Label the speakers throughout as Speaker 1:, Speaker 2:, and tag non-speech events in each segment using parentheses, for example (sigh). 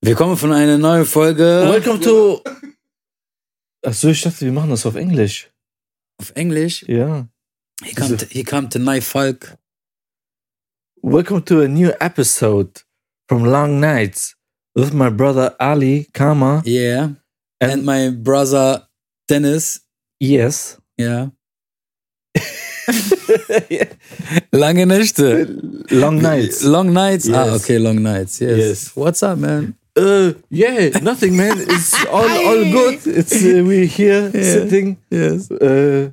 Speaker 1: Wir kommen von einer neuen Folge
Speaker 2: Welcome (laughs) to. Achso, ich dachte, wir machen das auf Englisch.
Speaker 1: auf Englisch.
Speaker 2: Ja.
Speaker 1: Hier kommt, hier kommt eine neue Folge.
Speaker 2: Welcome to a new episode from Long Nights with my brother Ali Kama.
Speaker 1: Yeah.
Speaker 2: And-
Speaker 1: And my brother Dennis.
Speaker 2: Yes.
Speaker 1: Ja. Lange Nächte.
Speaker 2: Long Nights.
Speaker 1: Long nights. Ah,
Speaker 2: Yes.
Speaker 1: okay, long nights. Yes.
Speaker 2: Yes.
Speaker 1: What's up, man?
Speaker 2: (laughs) Uh, yeah, nothing, man. It's (laughs) all, all good. It's uh, we're here sitting.
Speaker 1: Yes.
Speaker 2: Uh,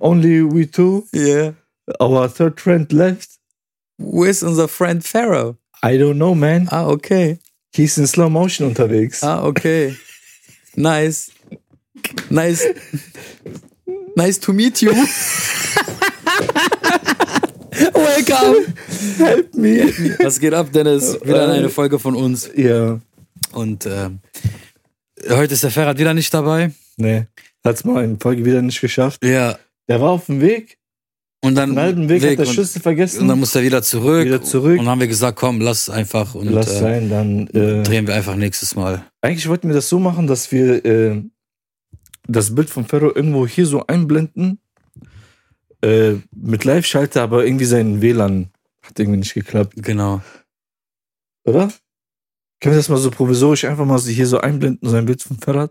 Speaker 2: only we two.
Speaker 1: Yeah.
Speaker 2: Our third friend left.
Speaker 1: Where's unser friend Pharaoh?
Speaker 2: I don't know, man.
Speaker 1: Ah, okay.
Speaker 2: He's in slow motion unterwegs. (laughs)
Speaker 1: Ah, (laughs) okay. Nice. Nice. Nice to meet you. (laughs) Welcome.
Speaker 2: Help me.
Speaker 1: Was geht ab, Dennis? Wieder eine Folge von uns.
Speaker 2: Ja.
Speaker 1: Und ähm, heute ist der Ferrat wieder nicht dabei.
Speaker 2: Nee. Hat's mal in Folge wieder nicht geschafft.
Speaker 1: Ja.
Speaker 2: Der war auf dem Weg.
Speaker 1: Und dann,
Speaker 2: Im halben Weg, hat der
Speaker 1: und,
Speaker 2: Schlüssel
Speaker 1: und dann
Speaker 2: vergessen.
Speaker 1: muss er wieder zurück.
Speaker 2: Wieder zurück.
Speaker 1: Und dann haben wir gesagt, komm, lass es einfach und
Speaker 2: Lass
Speaker 1: äh,
Speaker 2: sein, dann. Äh,
Speaker 1: drehen wir einfach nächstes Mal.
Speaker 2: eigentlich wollten wir das so machen, dass wir äh, das Bild von Ferro irgendwo hier so einblenden. Äh, mit Live-Schalter, aber irgendwie sein WLAN hat irgendwie nicht geklappt,
Speaker 1: Genau.
Speaker 2: oder? Können wir das mal so provisorisch einfach mal so hier so einblenden, sein Bild von Ferrat?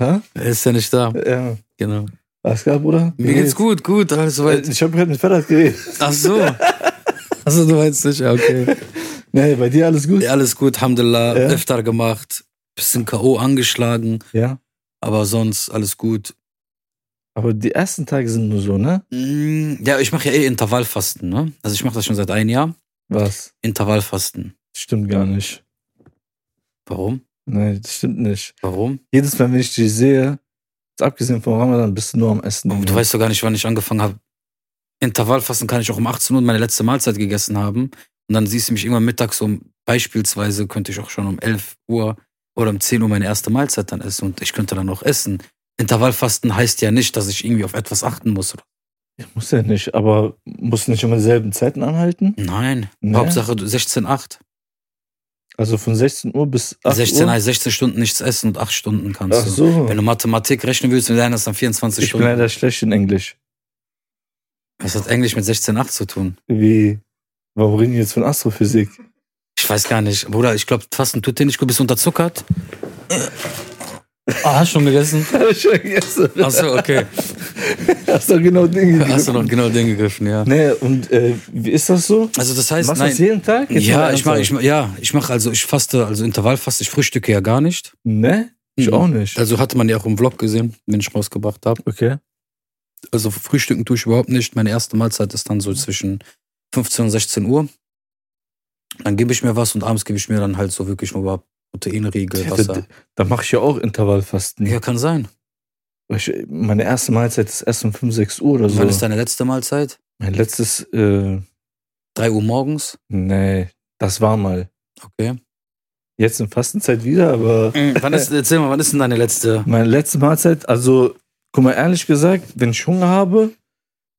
Speaker 2: Hä?
Speaker 1: Er ist ja nicht da.
Speaker 2: Ja.
Speaker 1: Genau. Äh,
Speaker 2: Was gab, Bruder?
Speaker 1: Mir geht's gut, gut, alles soweit.
Speaker 2: Ich habe gerade mit Ferrat geredet.
Speaker 1: Ach (laughs) so. Also du meinst nicht, ja, okay.
Speaker 2: Nee, bei dir alles gut?
Speaker 1: Ja, alles gut, Alhamdulillah,
Speaker 2: Ja.
Speaker 1: öfter gemacht, bisschen K.O. angeschlagen,
Speaker 2: ja.
Speaker 1: aber sonst alles gut.
Speaker 2: Aber die ersten Tage sind nur so, ne?
Speaker 1: Mm, Ja, ich mache ja eh Intervallfasten, ne? Also ich mache das schon seit einem Jahr.
Speaker 2: Was?
Speaker 1: Intervallfasten.
Speaker 2: Stimmt gar nicht.
Speaker 1: Warum?
Speaker 2: Nein, das stimmt nicht.
Speaker 1: Warum?
Speaker 2: Jedes Mal, wenn ich dich sehe, jetzt abgesehen von Ramadan, bist du nur am Essen.
Speaker 1: Und du weißt doch gar nicht, wann ich angefangen habe. Intervallfasten kann ich auch um 18 Uhr meine letzte Mahlzeit gegessen haben. Und dann siehst du mich irgendwann mittags um, beispielsweise könnte ich auch schon um 11 Uhr oder um 10 Uhr meine erste Mahlzeit dann essen und ich könnte dann auch essen. Intervallfasten heißt ja nicht, dass ich irgendwie auf etwas achten muss. Oder?
Speaker 2: muss ja nicht, aber musst du nicht immer dieselben Zeiten anhalten?
Speaker 1: Nein.
Speaker 2: Nee.
Speaker 1: Hauptsache du- 16, 8.
Speaker 2: Also von 16 Uhr bis 8
Speaker 1: 16,
Speaker 2: Uhr?
Speaker 1: heißt 16 Stunden nichts essen und 8 Stunden kannst
Speaker 2: Ach
Speaker 1: du.
Speaker 2: so.
Speaker 1: Wenn du Mathematik rechnen willst, dann wären das dann 24
Speaker 2: Ich bin
Speaker 1: Stunden.
Speaker 2: leider schlecht in Englisch.
Speaker 1: Was hat Englisch mit 16, 8 zu tun?
Speaker 2: Wie? Warum reden die jetzt von Astrophysik? (laughs)
Speaker 1: Ich weiß gar nicht. Bruder, ich glaube, Fasten tut dir nicht gut. Bist du unterzuckert? Ah, hast schon gegessen?
Speaker 2: Hab ich vergessen.
Speaker 1: Achso, okay.
Speaker 2: Hast du genau Dinge
Speaker 1: (laughs) Hast du noch genau den gegriffen, ja.
Speaker 2: Nee, und äh, wie ist das so?
Speaker 1: Also das heißt,
Speaker 2: Machst du das
Speaker 1: nein.
Speaker 2: jeden Tag? Jetzt
Speaker 1: Ja,
Speaker 2: mal
Speaker 1: ich mache, ich,
Speaker 2: ernsthaft.
Speaker 1: mach- ja, ich mache also, ich faste, also Intervallfasten, ich frühstücke ja gar nicht.
Speaker 2: Ne? Ich
Speaker 1: Mhm.
Speaker 2: auch nicht.
Speaker 1: Also hatte man ja auch im Vlog gesehen, wenn ich rausgebracht habe.
Speaker 2: Okay.
Speaker 1: Also frühstücken tue ich überhaupt nicht. Meine erste Mahlzeit ist dann so zwischen 15 und 16 Uhr. Dann gebe ich mir was und abends gebe ich mir dann halt so wirklich nur Proteinriegel, Wasser.
Speaker 2: Da, da mache ich ja auch Intervallfasten.
Speaker 1: Ja, kann sein.
Speaker 2: Weil Ich, meine erste Mahlzeit ist erst um 5, 6 Uhr oder so.
Speaker 1: Wann ist deine letzte Mahlzeit?
Speaker 2: mein letztes, äh,
Speaker 1: 3 Uhr morgens?
Speaker 2: nee, das war mal.
Speaker 1: Okay.
Speaker 2: Jetzt in Fastenzeit wieder, aber
Speaker 1: Wann ist, erzähl mal, wann ist denn deine letzte?
Speaker 2: meine letzte Mahlzeit, also, guck mal, ehrlich gesagt, wenn ich Hunger habe,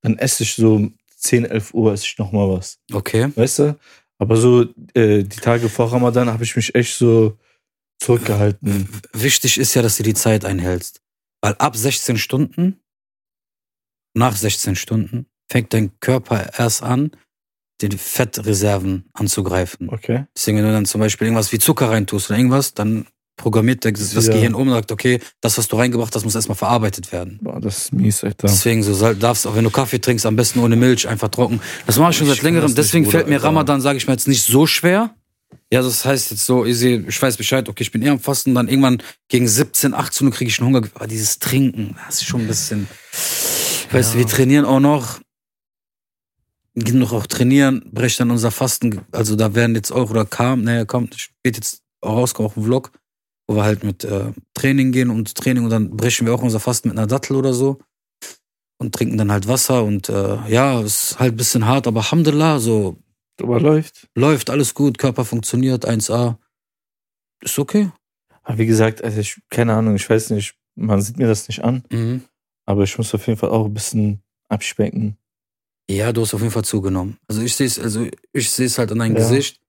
Speaker 2: dann esse ich so um 10, 11 Uhr esse ich nochmal was.
Speaker 1: Okay.
Speaker 2: Weißt du? Aber so äh, die Tage vor Ramadan habe ich mich echt so zurückgehalten.
Speaker 1: Wichtig ist ja, dass du die Zeit einhältst. Weil ab 16 Stunden, nach 16 Stunden, fängt dein Körper erst an, die Fettreserven anzugreifen.
Speaker 2: Okay.
Speaker 1: Deswegen, wenn du dann zum Beispiel irgendwas wie Zucker reintust oder irgendwas, dann programmiert das, das
Speaker 2: Ja.
Speaker 1: Gehirn um und sagt, okay, das, was du reingebracht hast, muss erstmal verarbeitet werden.
Speaker 2: Boah, das ist mies, Alter.
Speaker 1: Deswegen, so soll- darfst auch wenn du Kaffee trinkst, am besten ohne Milch, einfach trocken. Das mache ich schon
Speaker 2: Ich
Speaker 1: seit
Speaker 2: kann
Speaker 1: längerem,
Speaker 2: das nicht,
Speaker 1: deswegen
Speaker 2: Bruder,
Speaker 1: fällt mir
Speaker 2: Alter.
Speaker 1: Ramadan, sage ich mal, jetzt nicht so schwer. Ja, das heißt jetzt so, ich, sehe, ich weiß Bescheid, okay, ich bin eher am Fasten, dann irgendwann gegen 17, 18 Uhr kriege ich einen Hunger. Aber dieses Trinken, das ist schon ein bisschen. Weißt du, wir trainieren auch noch. Gehen noch auch trainieren, brechen dann unser Fasten. Also da werden jetzt auch oder kam, naja, kommt, ich werde jetzt auch rauskommen, auch ein Vlog, wo wir halt mit äh, Training gehen und Training und dann brechen wir auch unser Fasten mit einer Dattel oder so und trinken dann halt Wasser und äh, ja, ist halt ein bisschen hart, aber Alhamdulillah, so
Speaker 2: Aber läuft.
Speaker 1: läuft alles gut, Körper funktioniert, 1A. Ist okay.
Speaker 2: Aber wie gesagt, also ich, keine Ahnung, ich weiß nicht, man sieht mir das nicht an.
Speaker 1: Mhm.
Speaker 2: Aber ich muss auf jeden Fall auch ein bisschen (laughs) abspecken.
Speaker 1: Ja, du hast auf jeden Fall zugenommen. Also ich sehe es, also ich sehe es halt an deinem
Speaker 2: Ja.
Speaker 1: Gesicht.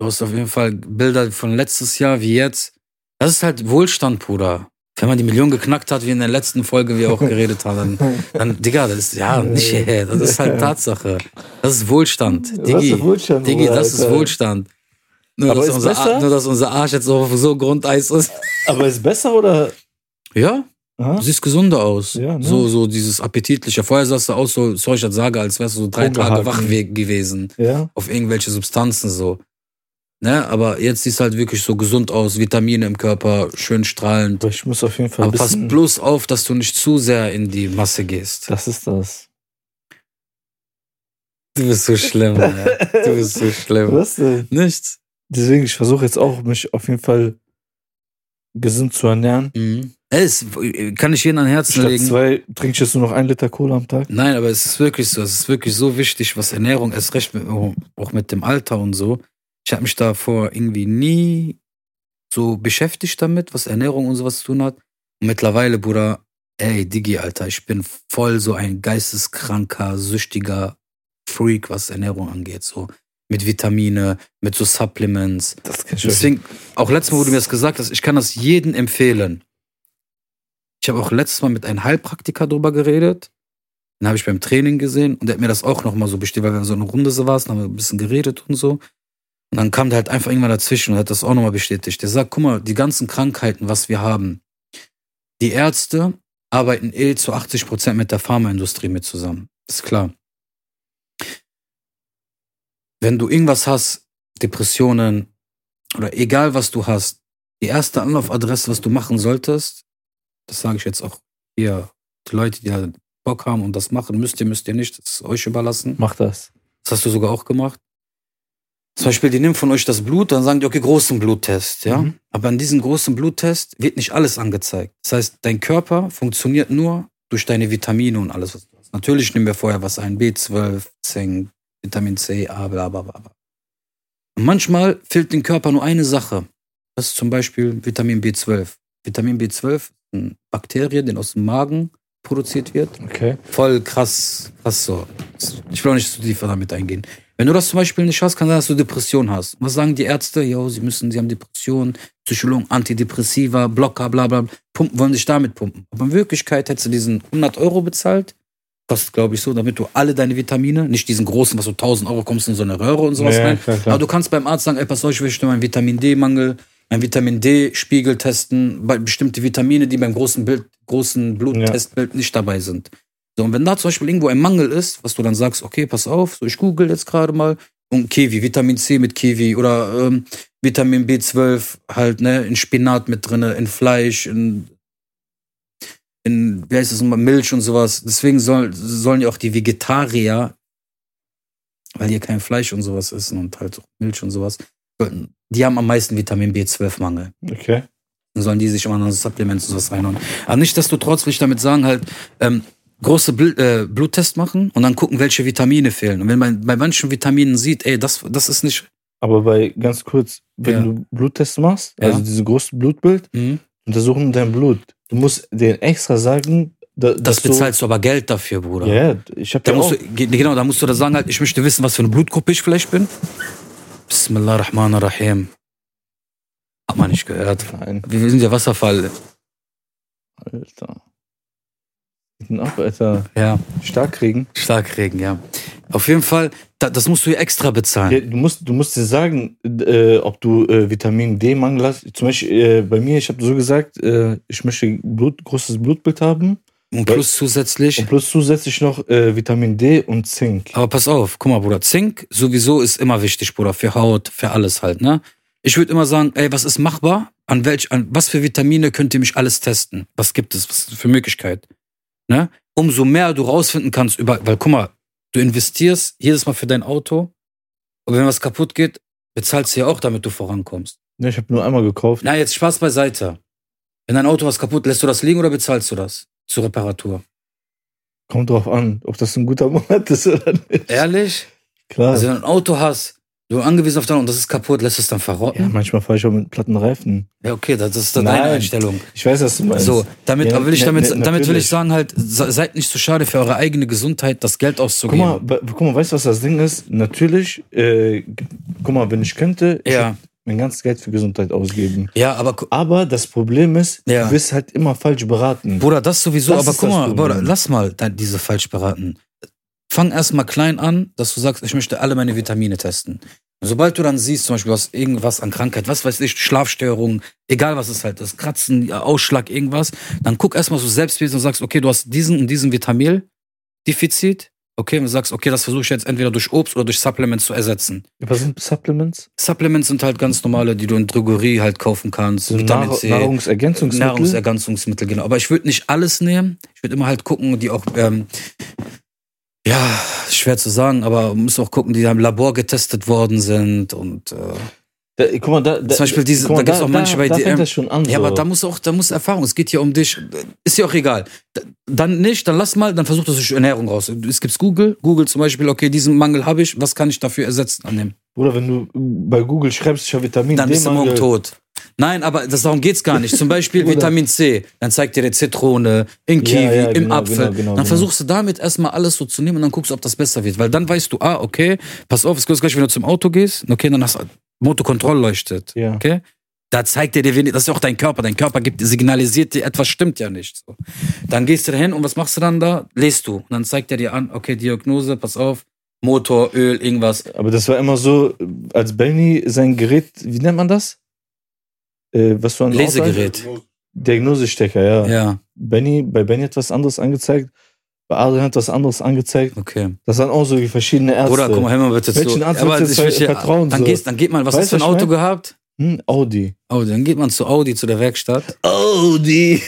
Speaker 1: Du hast auf jeden Fall Bilder von letztes Jahr wie jetzt. Das ist halt Wohlstand, Bruder. Wenn man die Million geknackt hat, wie in der letzten Folge (laughs) wir auch geredet haben, dann, dann Digga, das ist, ja, nicht, (laughs) äh, das ist halt Tatsache. Das ist Wohlstand. Diggi,
Speaker 2: ist Wohlstand,
Speaker 1: Diggi,
Speaker 2: Bruder,
Speaker 1: das ist
Speaker 2: Alter.
Speaker 1: Wohlstand. Nur,
Speaker 2: Aber
Speaker 1: dass
Speaker 2: ist
Speaker 1: unser
Speaker 2: besser?
Speaker 1: Ar- nur, dass unser Arsch jetzt auf so Grundeis ist.
Speaker 2: Aber ist besser oder?
Speaker 1: Ja,
Speaker 2: Aha.
Speaker 1: Du siehst gesunder aus.
Speaker 2: Ja, ne?
Speaker 1: So, so dieses appetitliche. Vorher sahst du aus, so, sorry, ich das sage, als wärst du so drei Tage
Speaker 2: Ungehalten.
Speaker 1: wach we- gewesen.
Speaker 2: Ja.
Speaker 1: Auf irgendwelche Substanzen so. Ne? Aber jetzt siehst du halt wirklich so gesund aus, Vitamine im Körper, schön strahlend.
Speaker 2: Aber ich muss auf jeden Fall.
Speaker 1: Aber
Speaker 2: ein
Speaker 1: pass
Speaker 2: bisschen-
Speaker 1: bloß auf, dass du nicht zu sehr in die Masse gehst.
Speaker 2: Das ist das.
Speaker 1: (laughs) Du bist so schlimm, ne? Du bist so schlimm.
Speaker 2: Was denn?
Speaker 1: Nichts.
Speaker 2: Deswegen, ich versuche jetzt auch, mich auf jeden Fall gesund zu ernähren.
Speaker 1: Mhm. Es kann ich jedem an Herzen
Speaker 2: Statt
Speaker 1: legen.
Speaker 2: zwei trinke ich jetzt nur noch ein Liter Cola am Tag.
Speaker 1: Nein, aber es ist wirklich so. Es ist wirklich so wichtig, was Ernährung erst recht mit, auch mit dem Alter und so. Ich habe mich davor irgendwie nie so beschäftigt damit, was Ernährung und sowas zu tun hat. Und mittlerweile, Bruder, ey, Digi, Alter, ich bin voll so ein geisteskranker, süchtiger Freak, was Ernährung angeht. So mit Vitamine, mit so Supplements.
Speaker 2: Das kann ich
Speaker 1: Deswegen, auch letztes Mal, wo du mir das gesagt hast, ich kann das jedem empfehlen. Ich habe auch letztes Mal mit einem Heilpraktiker drüber geredet. Den habe ich beim Training gesehen und der hat mir das auch nochmal so bestätigt, weil wir in so einer Runde so waren, haben wir ein bisschen geredet und so. Und dann kam der halt einfach irgendwann dazwischen und hat das auch nochmal bestätigt. Der sagt, guck mal, die ganzen Krankheiten, was wir haben, die Ärzte arbeiten eh zu 80 Prozent mit der Pharmaindustrie mit zusammen. Ist klar. Wenn du irgendwas hast, Depressionen, oder egal was du hast, die erste Anlaufadresse, was du machen solltest, das sage ich jetzt auch hier, die Leute, die halt Bock haben und das machen, müsst ihr, müsst ihr nicht, das ist euch überlassen.
Speaker 2: Mach das.
Speaker 1: Das hast du sogar auch gemacht. Zum Beispiel, die nehmen von euch das Blut, dann sagen die, okay, großen Bluttest, ja.
Speaker 2: Mhm.
Speaker 1: Aber an diesem großen Bluttest wird nicht alles angezeigt. Das heißt, dein Körper funktioniert nur durch deine Vitamine und alles, was du hast. Natürlich nehmen wir vorher was ein, B12, Zink, Vitamin C, A, bla, bla, bla. bla. Und manchmal fehlt dem Körper nur eine Sache. Das ist zum Beispiel Vitamin B12. Vitamin B12 ist eine Bakterie, die aus dem Magen produziert wird
Speaker 2: Okay.
Speaker 1: voll krass, krass so. Ich will auch nicht zu tief damit eingehen. Wenn du das zum Beispiel nicht hast, kann sein, dass du Depression hast. Was sagen die Ärzte? Jo, sie müssen, sie haben Depressionen, Psychologen, Antidepressiva, Blocker, bla bla, bla. pumpen, wollen dich damit pumpen. Aber in Wirklichkeit hättest du diesen 100 Euro bezahlt, kostet glaube ich so, damit du alle deine Vitamine, nicht diesen großen, was du 1000 Euro kommst in so eine Röhre und sowas
Speaker 2: Ja,
Speaker 1: rein.
Speaker 2: klar, klar.
Speaker 1: Aber du kannst beim Arzt sagen, ey, pass auf, ich möchte meinen Vitamin D-Mangel, meinen Vitamin D-Spiegel testen, bei- bestimmte Vitamine, die beim großen Bild, großen Bluttestbild nicht dabei sind. So, und wenn da zum Beispiel irgendwo ein Mangel ist, was du dann sagst, okay, pass auf, so ich google jetzt gerade mal und Kiwi, Vitamin C mit Kiwi oder ähm, Vitamin B12 halt, ne, in Spinat mit drinne, in Fleisch, in, in wie heißt das nochmal, Milch und sowas. Deswegen soll, sollen ja auch die Vegetarier, weil hier kein Fleisch und sowas essen und halt auch Milch und sowas, sollten- die haben am meisten Vitamin B12-Mangel.
Speaker 2: Okay.
Speaker 1: Dann sollen die sich immer noch so Supplements und sowas reinhauen. Aber nichtsdestotrotz will ich damit sagen, halt, ähm, große Bl äh, Bluttest machen und dann gucken, welche Vitamine fehlen. Und wenn man bei manchen Vitaminen sieht, ey, das, das ist nicht.
Speaker 2: Aber bei ganz kurz, wenn
Speaker 1: Ja.
Speaker 2: du Bluttest machst,
Speaker 1: Ja.
Speaker 2: also dieses große Blutbild,
Speaker 1: Mhm.
Speaker 2: untersuchen dein Blut. Du musst denen extra sagen, da,
Speaker 1: Das
Speaker 2: dass du-
Speaker 1: bezahlst du aber Geld dafür, Bruder.
Speaker 2: Ja, ja, ich habe
Speaker 1: Da
Speaker 2: ja auch.
Speaker 1: musst du, ge- genau, da musst du da sagen, halt, ich möchte wissen, was für eine Blutgruppe ich vielleicht bin. Bismillahirrahmanirrahim. Hat man nicht gehört.
Speaker 2: Nein,
Speaker 1: Wir sind ja Wasserfall.
Speaker 2: Alter. Hinten ab, Alter.
Speaker 1: Ja,
Speaker 2: Stark kriegen.
Speaker 1: Starkregen, ja. Auf jeden Fall, da, das musst du ja extra bezahlen.
Speaker 2: Ja, du musst, du musst dir sagen, äh, ob du äh, Vitamin D-Mangel hast. Zum Beispiel äh, bei mir, ich habe so gesagt, äh, ich möchte Blut, großes Blutbild haben
Speaker 1: Und plus zusätzlich
Speaker 2: und plus zusätzlich noch äh, Vitamin D und Zink.
Speaker 1: Aber pass auf, guck mal, Bruder, Zink sowieso ist immer wichtig, Bruder, für Haut, für alles halt, ne? Ich würde immer sagen, ey, was ist machbar? An welch, an was für Vitamine könnt ihr mich alles testen? Was gibt es? Was für Möglichkeit? Ne? Umso mehr du rausfinden kannst über, weil guck mal, du investierst jedes Mal für dein Auto und wenn was kaputt geht, bezahlst du ja auch, damit du vorankommst.
Speaker 2: Ne, ich habe nur einmal gekauft.
Speaker 1: Na, jetzt Spaß beiseite. Wenn dein Auto was kaputt, lässt du das liegen oder bezahlst du das? Zur Reparatur.
Speaker 2: Kommt drauf an, ob das ein guter (laughs) Monat ist oder nicht.
Speaker 1: Ehrlich?
Speaker 2: Klar.
Speaker 1: Also wenn du ein Auto hast, Du bist angewiesen auf dein und das ist kaputt, lässt es dann
Speaker 2: Ja,
Speaker 1: verrotten.
Speaker 2: manchmal fahre ich auch mit platten Reifen.
Speaker 1: Ja, okay, das ist dann deine
Speaker 2: Nein.
Speaker 1: Einstellung.
Speaker 2: Ich weiß, was du meinst.
Speaker 1: So, damit
Speaker 2: Ja,
Speaker 1: will ich
Speaker 2: ne-
Speaker 1: damit,
Speaker 2: ne-
Speaker 1: damit will ich
Speaker 2: natürlich.
Speaker 1: sagen halt, se- seid nicht zu schade für eure eigene Gesundheit, das Geld
Speaker 2: Guck
Speaker 1: auszugeben.
Speaker 2: mal, be- guck mal, weißt du, was das Ding ist? Natürlich, äh, g- guck mal, wenn ich könnte, ich
Speaker 1: Ja.
Speaker 2: würd mein ganzes Geld für Gesundheit ausgeben.
Speaker 1: Ja, aber gu-
Speaker 2: Aber das Problem ist,
Speaker 1: Ja.
Speaker 2: du wirst halt immer falsch beraten.
Speaker 1: Bruder, das sowieso,
Speaker 2: Das
Speaker 1: aber
Speaker 2: ist
Speaker 1: guck
Speaker 2: das
Speaker 1: mal,
Speaker 2: Problem.
Speaker 1: Bruder, lass mal dein- diese falsch beraten. Fang erst mal klein an, dass du sagst, ich möchte alle meine Vitamine testen. Sobald du dann siehst, zum Beispiel, du hast irgendwas an Krankheit, was weiß ich, Schlafstörungen, egal was es halt ist, Kratzen, Ausschlag, irgendwas, dann guck erstmal so selbstwesen und sagst, okay, du hast diesen und diesen Vitamindefizit, okay, und sagst, okay, das versuche ich jetzt entweder durch Obst oder durch Supplements zu ersetzen.
Speaker 2: Was sind Supplements?
Speaker 1: Supplements sind halt ganz normale, die du in Drogerie halt kaufen kannst,
Speaker 2: So
Speaker 1: Vitamin
Speaker 2: Nahr
Speaker 1: C.
Speaker 2: Nahrungsergänzungsmittel?
Speaker 1: Nahrungsergänzungsmittel, genau. Aber ich würde nicht alles nehmen. Ich würde immer halt gucken, die auch, ähm, ja, schwer zu sagen, aber muss auch gucken, die am Labor getestet worden sind und äh,
Speaker 2: da, guck mal, da, da,
Speaker 1: Zum Beispiel diese-
Speaker 2: guck mal,
Speaker 1: da gibt's auch manche bei
Speaker 2: da
Speaker 1: DM.
Speaker 2: fängt das schon an.
Speaker 1: ja,
Speaker 2: so.
Speaker 1: aber da muss auch, da muss Erfahrung. Es geht hier um dich. Ist ja auch egal. D- Dann nicht, dann lass mal, dann versuch das durch Ernährung raus. Es gibt Google, Google zum Beispiel, okay, diesen Mangel habe ich, was kann ich dafür ersetzen annehmen?
Speaker 2: Bruder, wenn du bei Google schreibst, ich habe Vitamin
Speaker 1: dann
Speaker 2: D
Speaker 1: bist du morgen
Speaker 2: Mangel.
Speaker 1: tot. Nein, aber das, darum geht's gar nicht. Zum
Speaker 2: (laughs)
Speaker 1: Beispiel
Speaker 2: Bruder.
Speaker 1: Vitamin C. Dann zeigt dir der Zitrone, in Kiwi,
Speaker 2: ja,
Speaker 1: im
Speaker 2: genau,
Speaker 1: Apfel.
Speaker 2: genau, genau,
Speaker 1: dann
Speaker 2: genau.
Speaker 1: versuchst du damit erstmal alles so zu nehmen und dann guckst, ob das besser wird. Weil dann weißt du, ah, okay, pass auf, es ist gleich, wenn du zum Auto gehst, okay, dann hast du Motorkontroll leuchtet.
Speaker 2: Ja.
Speaker 1: Okay? Da zeigt er dir wenig, das ist ja auch dein Körper. Dein Körper gibt, signalisiert dir, etwas stimmt ja nicht. So. Dann gehst du dahin und was machst du dann da? Lest du. Und dann zeigt er dir an, okay, Diagnose, pass auf, Motor, Öl, irgendwas.
Speaker 2: Aber das war immer so, als Benny sein Gerät, wie nennt man das? Äh, was für ein
Speaker 1: Lesegerät.
Speaker 2: Diagnosestecker, ja.
Speaker 1: Ja,
Speaker 2: Benny, bei Benny hat was anderes angezeigt, bei Adrian hat was anderes angezeigt.
Speaker 1: okay.
Speaker 2: Das waren auch so wie verschiedene Ärzte.
Speaker 1: Bruder, guck mal, hör mal bitte
Speaker 2: Welchen
Speaker 1: zu.
Speaker 2: Arzt
Speaker 1: Aber
Speaker 2: willst du
Speaker 1: ich
Speaker 2: ver-
Speaker 1: will hier-
Speaker 2: vertrauen,
Speaker 1: Dann,
Speaker 2: so?
Speaker 1: gehst, dann geht man, was
Speaker 2: Weißt
Speaker 1: hast du für ein
Speaker 2: du,
Speaker 1: Auto
Speaker 2: ich
Speaker 1: gehabt?
Speaker 2: Hm, Audi.
Speaker 1: Audi, dann geht man zu Audi, zu der Werkstatt.
Speaker 2: (laughs) Audi.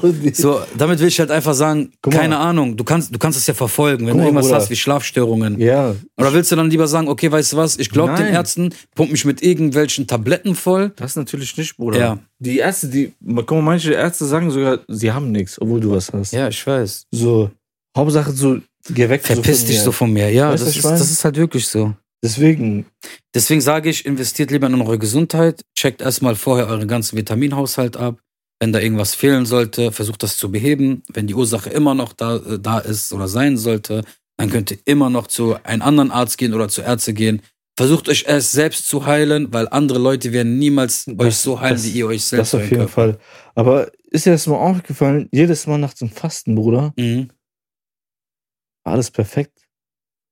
Speaker 2: Audi.
Speaker 1: So, damit will ich halt einfach sagen,
Speaker 2: Guck mal.
Speaker 1: keine Ahnung, du kannst, du kannst es ja verfolgen, wenn
Speaker 2: Guck
Speaker 1: du
Speaker 2: mal,
Speaker 1: irgendwas
Speaker 2: Bruder.
Speaker 1: hast wie Schlafstörungen.
Speaker 2: Ja,
Speaker 1: Oder willst du dann lieber sagen, okay, weißt du was, ich glaube den
Speaker 2: Nein.
Speaker 1: Ärzten, pump mich mit irgendwelchen Tabletten voll.
Speaker 2: das natürlich nicht, Bruder.
Speaker 1: Ja.
Speaker 2: Die Ärzte, die, guck mal, manche Ärzte sagen sogar, sie haben nichts, obwohl du was hast.
Speaker 1: Ja, ich weiß.
Speaker 2: So, Hauptsache so, geh weg.
Speaker 1: Verpiss
Speaker 2: von
Speaker 1: dich
Speaker 2: mir.
Speaker 1: so von mir. Ja,
Speaker 2: Weißt du,
Speaker 1: das
Speaker 2: was
Speaker 1: ist,
Speaker 2: ich meine?
Speaker 1: das ist halt wirklich so.
Speaker 2: Deswegen,
Speaker 1: Deswegen sage ich, investiert lieber in eure Gesundheit, checkt erstmal vorher euren ganzen Vitaminhaushalt ab. Wenn da irgendwas fehlen sollte, versucht das zu beheben. Wenn die Ursache immer noch da, äh, da ist oder sein sollte, dann könnt ihr immer noch zu einem anderen Arzt gehen oder zu Ärzte gehen. Versucht euch erst selbst zu heilen, weil andere Leute werden niemals euch so heilen,
Speaker 2: das-
Speaker 1: wie ihr euch selbst
Speaker 2: das auf
Speaker 1: heilen
Speaker 2: jeden
Speaker 1: könnt.
Speaker 2: Fall. Aber ist dir das mal aufgefallen, jedes Mal nach dem Fasten, Bruder,
Speaker 1: Mhm.
Speaker 2: war alles perfekt?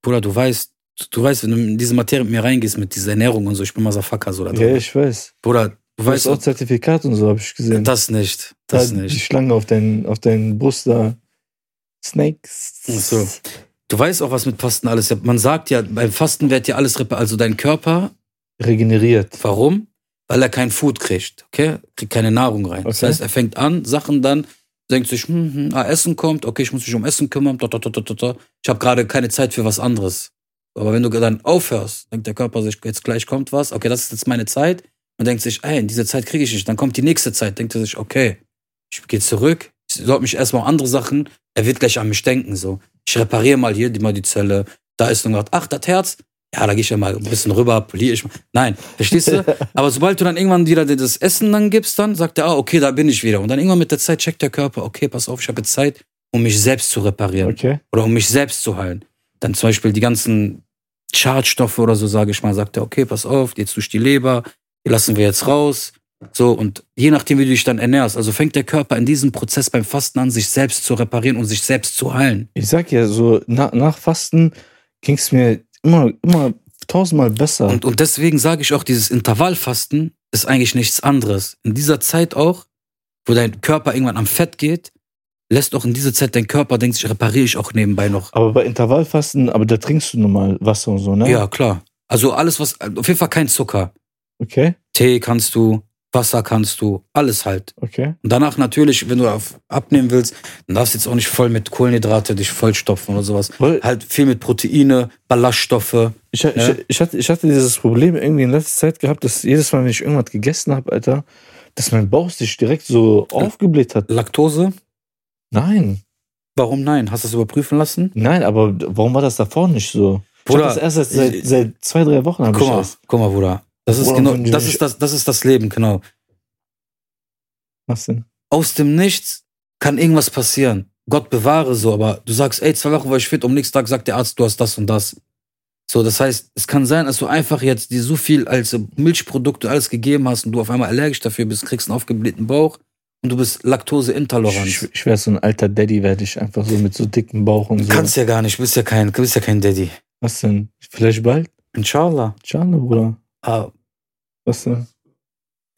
Speaker 1: Bruder, du weißt, du weißt, wenn du in diese Materie mit mir reingehst, mit dieser Ernährung und so, ich bin Motherfucker so da drin.
Speaker 2: Ja, ich weiß.
Speaker 1: Bruder, du
Speaker 2: Du hast
Speaker 1: weißt
Speaker 2: auch Zertifikat und so, habe ich gesehen.
Speaker 1: das nicht. Das
Speaker 2: Da Die
Speaker 1: nicht.
Speaker 2: Schlange auf deinen, auf deinen Brust da. Snakes.
Speaker 1: Ach so. Du weißt auch, was mit Fasten alles. Man sagt ja, beim Fasten wird ja alles repariert. Also dein Körper,
Speaker 2: Regeneriert.
Speaker 1: warum? Weil er kein Food kriegt, okay? Kriegt keine Nahrung rein. Das
Speaker 2: Okay.
Speaker 1: heißt, er fängt an, Sachen dann, denkt sich, hm, hm, ah, Essen kommt, okay, ich muss mich um Essen kümmern, da, da, da, da, da, da. ich habe gerade keine Zeit für was anderes. Aber wenn du dann aufhörst, denkt der Körper sich, jetzt gleich kommt was, okay, das ist jetzt meine Zeit. Und denkt sich, ey, in dieser Zeit kriege ich nicht. Dann kommt die nächste Zeit, denkt er sich, okay, ich gehe zurück, ich sollte mich erstmal um andere Sachen, er wird gleich an mich denken, so. Ich repariere mal hier die- mal die Zelle, da ist noch was, ach, das Herz, ja, da gehe ich ja mal ein bisschen rüber, poliere ich mal. Nein, verstehst du? Aber sobald du dann irgendwann wieder dir das Essen dann gibst, dann sagt er, ah, okay, da bin ich wieder. Und dann irgendwann mit der Zeit checkt der Körper, okay, pass auf, ich habe jetzt Zeit, um mich selbst zu reparieren
Speaker 2: Okay.
Speaker 1: oder um mich selbst zu heilen. Dann zum Beispiel die ganzen Schadstoffe oder so, sage ich mal, sagt er, okay, pass auf, jetzt durch die Leber, die lassen wir jetzt raus. So, und je nachdem, wie du dich dann ernährst, also fängt der Körper in diesem Prozess beim Fasten an, sich selbst zu reparieren und sich selbst zu heilen.
Speaker 2: Ich sag ja so, na, nach Fasten ging es mir immer, immer tausendmal besser.
Speaker 1: Und, und deswegen sage ich auch, dieses Intervallfasten ist eigentlich nichts anderes. In dieser Zeit auch, wo dein Körper irgendwann am Fett geht, lässt auch in dieser Zeit dein Körper, denkt sich, repariere ich auch nebenbei noch.
Speaker 2: aber bei Intervallfasten, aber da trinkst du normal Wasser und so, ne?
Speaker 1: Ja, klar. Also alles, was, auf jeden Fall kein Zucker.
Speaker 2: Okay,
Speaker 1: Tee kannst du, Wasser kannst du, alles halt.
Speaker 2: okay.
Speaker 1: Und danach natürlich, wenn du auf, abnehmen willst, dann darfst du jetzt auch nicht voll mit Kohlenhydrate dich vollstopfen oder sowas.
Speaker 2: Weil
Speaker 1: Halt viel mit Proteine, Ballaststoffe.
Speaker 2: Ich, ha-
Speaker 1: Ne?
Speaker 2: ich, ich, hatte, ich hatte dieses Problem irgendwie in letzter Zeit gehabt, dass jedes Mal, wenn ich irgendwas gegessen habe, Alter, dass mein Bauch sich direkt so aufgebläht hat.
Speaker 1: Laktose?
Speaker 2: Nein,
Speaker 1: Warum nein? Hast du das überprüfen lassen?
Speaker 2: nein, aber warum war das davor nicht so?
Speaker 3: Ich hab das
Speaker 1: Bruder,
Speaker 3: erst seit, seit,
Speaker 1: ich-
Speaker 3: seit zwei, drei Wochen habe ich
Speaker 1: guck mal,
Speaker 3: das.
Speaker 1: guck mal, Bruder. Das ist
Speaker 3: Bruder,
Speaker 1: genau,
Speaker 3: wenn die
Speaker 1: das
Speaker 3: mich-
Speaker 1: ist das, das ist das Leben, genau.
Speaker 3: Was denn?
Speaker 1: Aus dem Nichts kann irgendwas passieren. Gott bewahre so, aber du sagst, ey, zwei Wochen war ich fit, am nächsten Tag sagt der Arzt, du hast das und das. So, das heißt, es kann sein, dass du einfach jetzt dir so viel als Milchprodukte alles gegeben hast und du auf einmal allergisch dafür bist, kriegst einen aufgeblähten Bauch und du bist laktoseintolerant.
Speaker 3: Ich, ich wär so ein alter Daddy, werde ich einfach so mit so dicken Bauch und
Speaker 1: Du
Speaker 3: so.
Speaker 1: kannst ja gar nicht, du bist ja kein, du bist ja kein Daddy.
Speaker 3: Was denn? Vielleicht bald?
Speaker 1: Inshallah.
Speaker 3: Schade, Bruder.
Speaker 1: Ah,
Speaker 3: Was denn?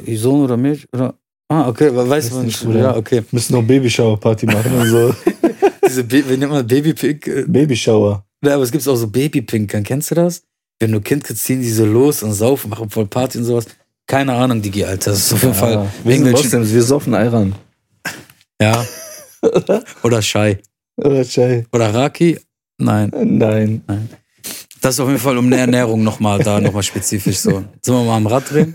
Speaker 1: Sohn oder Milch oder. Ah, okay, we- weiß
Speaker 3: Weiß
Speaker 1: man
Speaker 3: nicht,
Speaker 1: nicht.
Speaker 3: Bruder.
Speaker 1: Ja, okay.
Speaker 3: Müssen noch Babyshower-Party machen und so.
Speaker 1: (laughs) Diese, Ba- wie nennt man das? Babypink? äh,
Speaker 3: Babyshower.
Speaker 1: Ja, aber es gibt auch so Babypinkern, kennst du das? Wenn du Kind kriegst, ziehen die so los und saufen, machen voll Party und sowas. Keine Ahnung, Digi, Alter. Das ist auf jeden Fall
Speaker 2: Wir sind
Speaker 1: irgendwelchen.
Speaker 2: Moslems, wir saufen Ayran.
Speaker 3: (laughs)
Speaker 1: Ja. oder Shai.
Speaker 3: Oder Chai.
Speaker 1: Oder Raki? Nein.
Speaker 3: Nein.
Speaker 1: Das ist auf jeden Fall um eine Ernährung nochmal da, nochmal spezifisch so. Sollen wir mal am Rad drehen?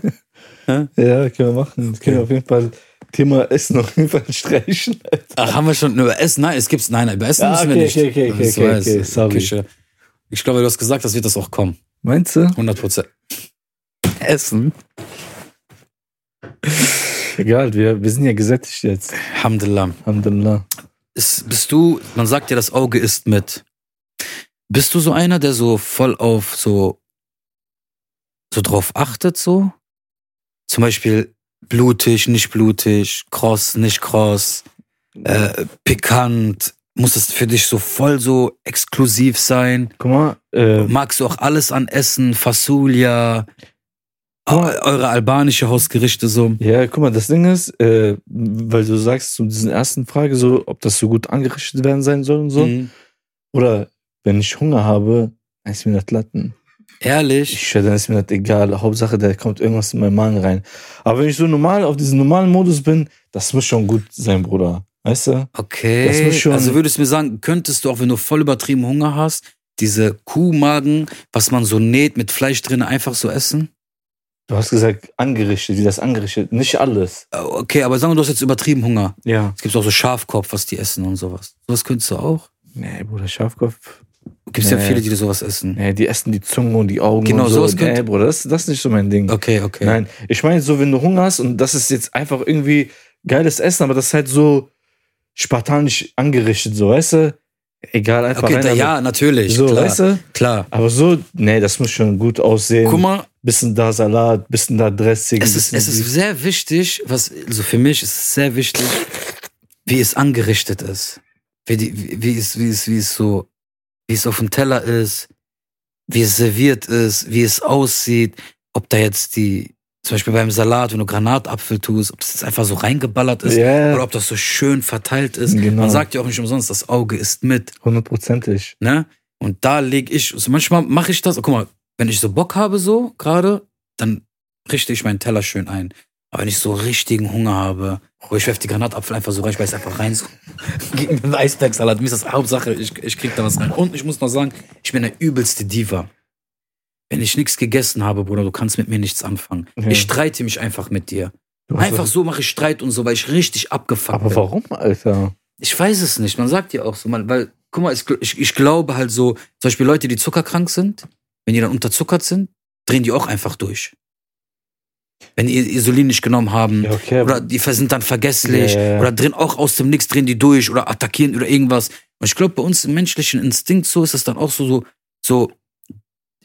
Speaker 3: Ja, können wir machen. Können wir auf jeden Fall Thema Essen auf jeden Fall (laughs) streichen.
Speaker 1: Ach, haben wir schon über Essen? Nein, es gibt's. Nein, über Essen
Speaker 3: Ah,
Speaker 1: müssen wir
Speaker 3: okay,
Speaker 1: nicht.
Speaker 3: okay, okay, okay,
Speaker 1: Das
Speaker 3: okay,
Speaker 1: weiß
Speaker 3: okay,
Speaker 1: ich.
Speaker 3: sorry.
Speaker 1: Küche. Ich glaube, du hast gesagt, das wird das auch kommen.
Speaker 2: Meinst du?
Speaker 1: 100 Prozent. Essen.
Speaker 2: Egal, wir, wir sind ja gesättigt jetzt.
Speaker 1: Alhamdulillah.
Speaker 2: Alhamdulillah.
Speaker 1: Ist, bist du, man sagt ja, das Auge isst mit. Bist du so einer, der so voll auf so, so drauf achtet, so? Zum Beispiel blutig, nicht blutig, kross, nicht kross, äh, pikant. Muss es für dich so voll so exklusiv sein?
Speaker 2: Guck mal, äh,
Speaker 1: Magst du auch alles an Essen, Fasulia, eu- eure albanische Hausgerichte so?
Speaker 2: ja, guck mal, das Ding ist, äh, weil du sagst zu diesen ersten Frage so, ob das so gut angerichtet werden sein soll und so.
Speaker 1: Mhm.
Speaker 2: Oder wenn ich Hunger habe, dann ist mir das Latten.
Speaker 1: Ehrlich?
Speaker 2: Ich schwöre, dann ist mir das egal. Hauptsache, da kommt irgendwas in meinen Magen rein. Aber wenn ich so normal auf diesen normalen Modus bin, das muss schon gut sein, Bruder. Weißt du? Das
Speaker 1: Okay.
Speaker 2: muss schon-
Speaker 1: also würdest du mir sagen, könntest du auch, wenn du voll übertrieben Hunger hast, diese Kuhmagen, was man so näht mit Fleisch drin, einfach so essen?
Speaker 2: Du hast gesagt, angerichtet, wie das angerichtet. Nicht alles.
Speaker 1: Äh, Okay, aber sagen wir, du hast jetzt übertrieben Hunger.
Speaker 2: Ja.
Speaker 1: Es gibt auch so Schafkopf, was die essen und sowas. Sowas könntest du auch?
Speaker 2: Nee, Bruder, Schafkopf.
Speaker 1: Gibt es ja
Speaker 2: Nee.
Speaker 1: viele, die sowas essen.
Speaker 2: Nee, die essen die Zunge und die Augen.
Speaker 1: Genau,
Speaker 2: und so.
Speaker 1: sowas könnte-
Speaker 2: Nee, Bruder, das, das ist nicht so mein Ding.
Speaker 1: Okay, okay.
Speaker 2: Nein, ich meine so, wenn du Hunger hast und das ist jetzt einfach irgendwie geiles Essen, aber das ist halt so spartanisch angerichtet, so, weißt du? Egal, einfach
Speaker 1: okay,
Speaker 2: rein,
Speaker 1: da,
Speaker 2: aber-
Speaker 1: ja, natürlich.
Speaker 2: so,
Speaker 1: klar,
Speaker 2: weißt du?
Speaker 1: klar.
Speaker 2: Aber so, nee, das muss schon gut aussehen.
Speaker 1: Guck mal,
Speaker 2: Bisschen da Salat, bisschen da Dressing.
Speaker 1: Es ist,
Speaker 2: bisschen
Speaker 1: es ist sehr wichtig, was, also für mich ist es sehr wichtig, wie es angerichtet ist. Wie, die, wie, wie, es, wie, es, wie es so, wie es auf dem Teller ist, wie es serviert ist, wie es aussieht, ob da jetzt die, zum Beispiel beim Salat, wenn du Granatapfel tust, ob das jetzt einfach so reingeballert ist oder
Speaker 2: ja,
Speaker 1: ob das so schön verteilt ist.
Speaker 2: Genau.
Speaker 1: Man sagt ja auch nicht umsonst, das Auge ist mit
Speaker 2: hundertprozentig.
Speaker 1: ne? Und da lege ich, also manchmal mache ich das, guck mal, wenn ich so Bock habe so gerade, dann richte ich meinen Teller schön ein. Aber wenn ich so richtigen Hunger habe, oh, ich werfe die Granatapfel einfach so rein, ich beiß einfach (laughs) rein so gegen den Eisbergsalat. Mir ist das Hauptsache, ich, ich krieg da was rein. Und ich muss noch sagen, ich bin der übelste Diva. Wenn ich nichts gegessen habe, Bruder, du kannst mit mir nichts anfangen.
Speaker 2: Ja.
Speaker 1: Ich streite mich einfach mit dir.
Speaker 2: Du hast
Speaker 1: Einfach
Speaker 2: das-
Speaker 1: so mache ich Streit und so, weil ich richtig abgefuckt bin.
Speaker 2: Aber warum, Alter?
Speaker 1: Ich weiß es nicht. Man sagt ja auch so, man, weil, guck mal, es gl- ich, ich glaube halt so, zum Beispiel Leute, die zuckerkrank sind, wenn die dann unterzuckert sind, drehen die auch einfach durch. Wenn die Insulin nicht genommen haben.
Speaker 2: Ja, okay.
Speaker 1: Oder die ver- sind dann vergesslich.
Speaker 2: Ja, ja, ja.
Speaker 1: Oder drehen auch aus dem Nix, drehen die durch oder attackieren oder irgendwas. Und ich glaube, bei uns im menschlichen Instinkt so ist es dann auch so, so, so,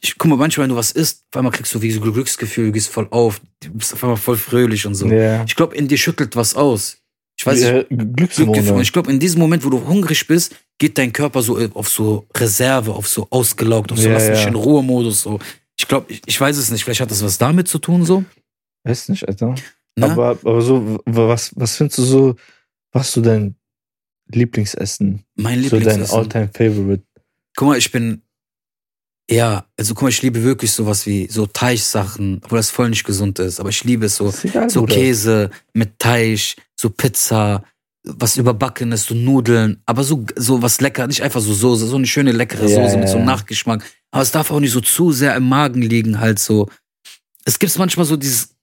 Speaker 1: ich guck mal, manchmal, wenn du was isst, auf einmal kriegst du wie so ein Glücksgefühl, du gehst voll auf, du bist auf einmal voll fröhlich und so.
Speaker 2: ja.
Speaker 1: Ich glaube, in dir schüttelt was aus. Ich weiß nicht,
Speaker 2: ja,
Speaker 1: Glückgefühl. Und
Speaker 2: Glückshormone.
Speaker 1: ich glaube, in diesem Moment, wo du hungrig bist, geht dein Körper so äh, auf so Reserve, auf so ausgelaugt, auf so
Speaker 2: Ja,
Speaker 1: lass mich
Speaker 2: ja.
Speaker 1: in Ruhe-Modus. So. Ich glaube, ich, ich weiß es nicht. Vielleicht hat das was damit zu tun, so.
Speaker 2: Weiß nicht, Alter.
Speaker 1: Ne?
Speaker 2: Aber, aber so, w- was, was findest du so, was so dein Lieblingsessen?
Speaker 1: mein
Speaker 2: So dein
Speaker 1: Lieblingsessen.
Speaker 2: Alltime favorite
Speaker 1: Guck mal, ich bin. Ja, also guck mal, ich liebe wirklich sowas wie so Teichsachen, obwohl das voll nicht gesund ist, aber ich liebe es so.
Speaker 2: Ist egal,
Speaker 1: So
Speaker 2: Bruder.
Speaker 1: Käse mit Teig, so Pizza, was überbackenes, so Nudeln, aber so, so was lecker, nicht einfach so Soße, so eine schöne leckere
Speaker 2: Ja,
Speaker 1: Soße
Speaker 2: ja,
Speaker 1: mit so einem
Speaker 2: ja.
Speaker 1: Nachgeschmack. Aber es darf auch nicht so zu sehr im Magen liegen, halt so. Es gibt manchmal so dieses,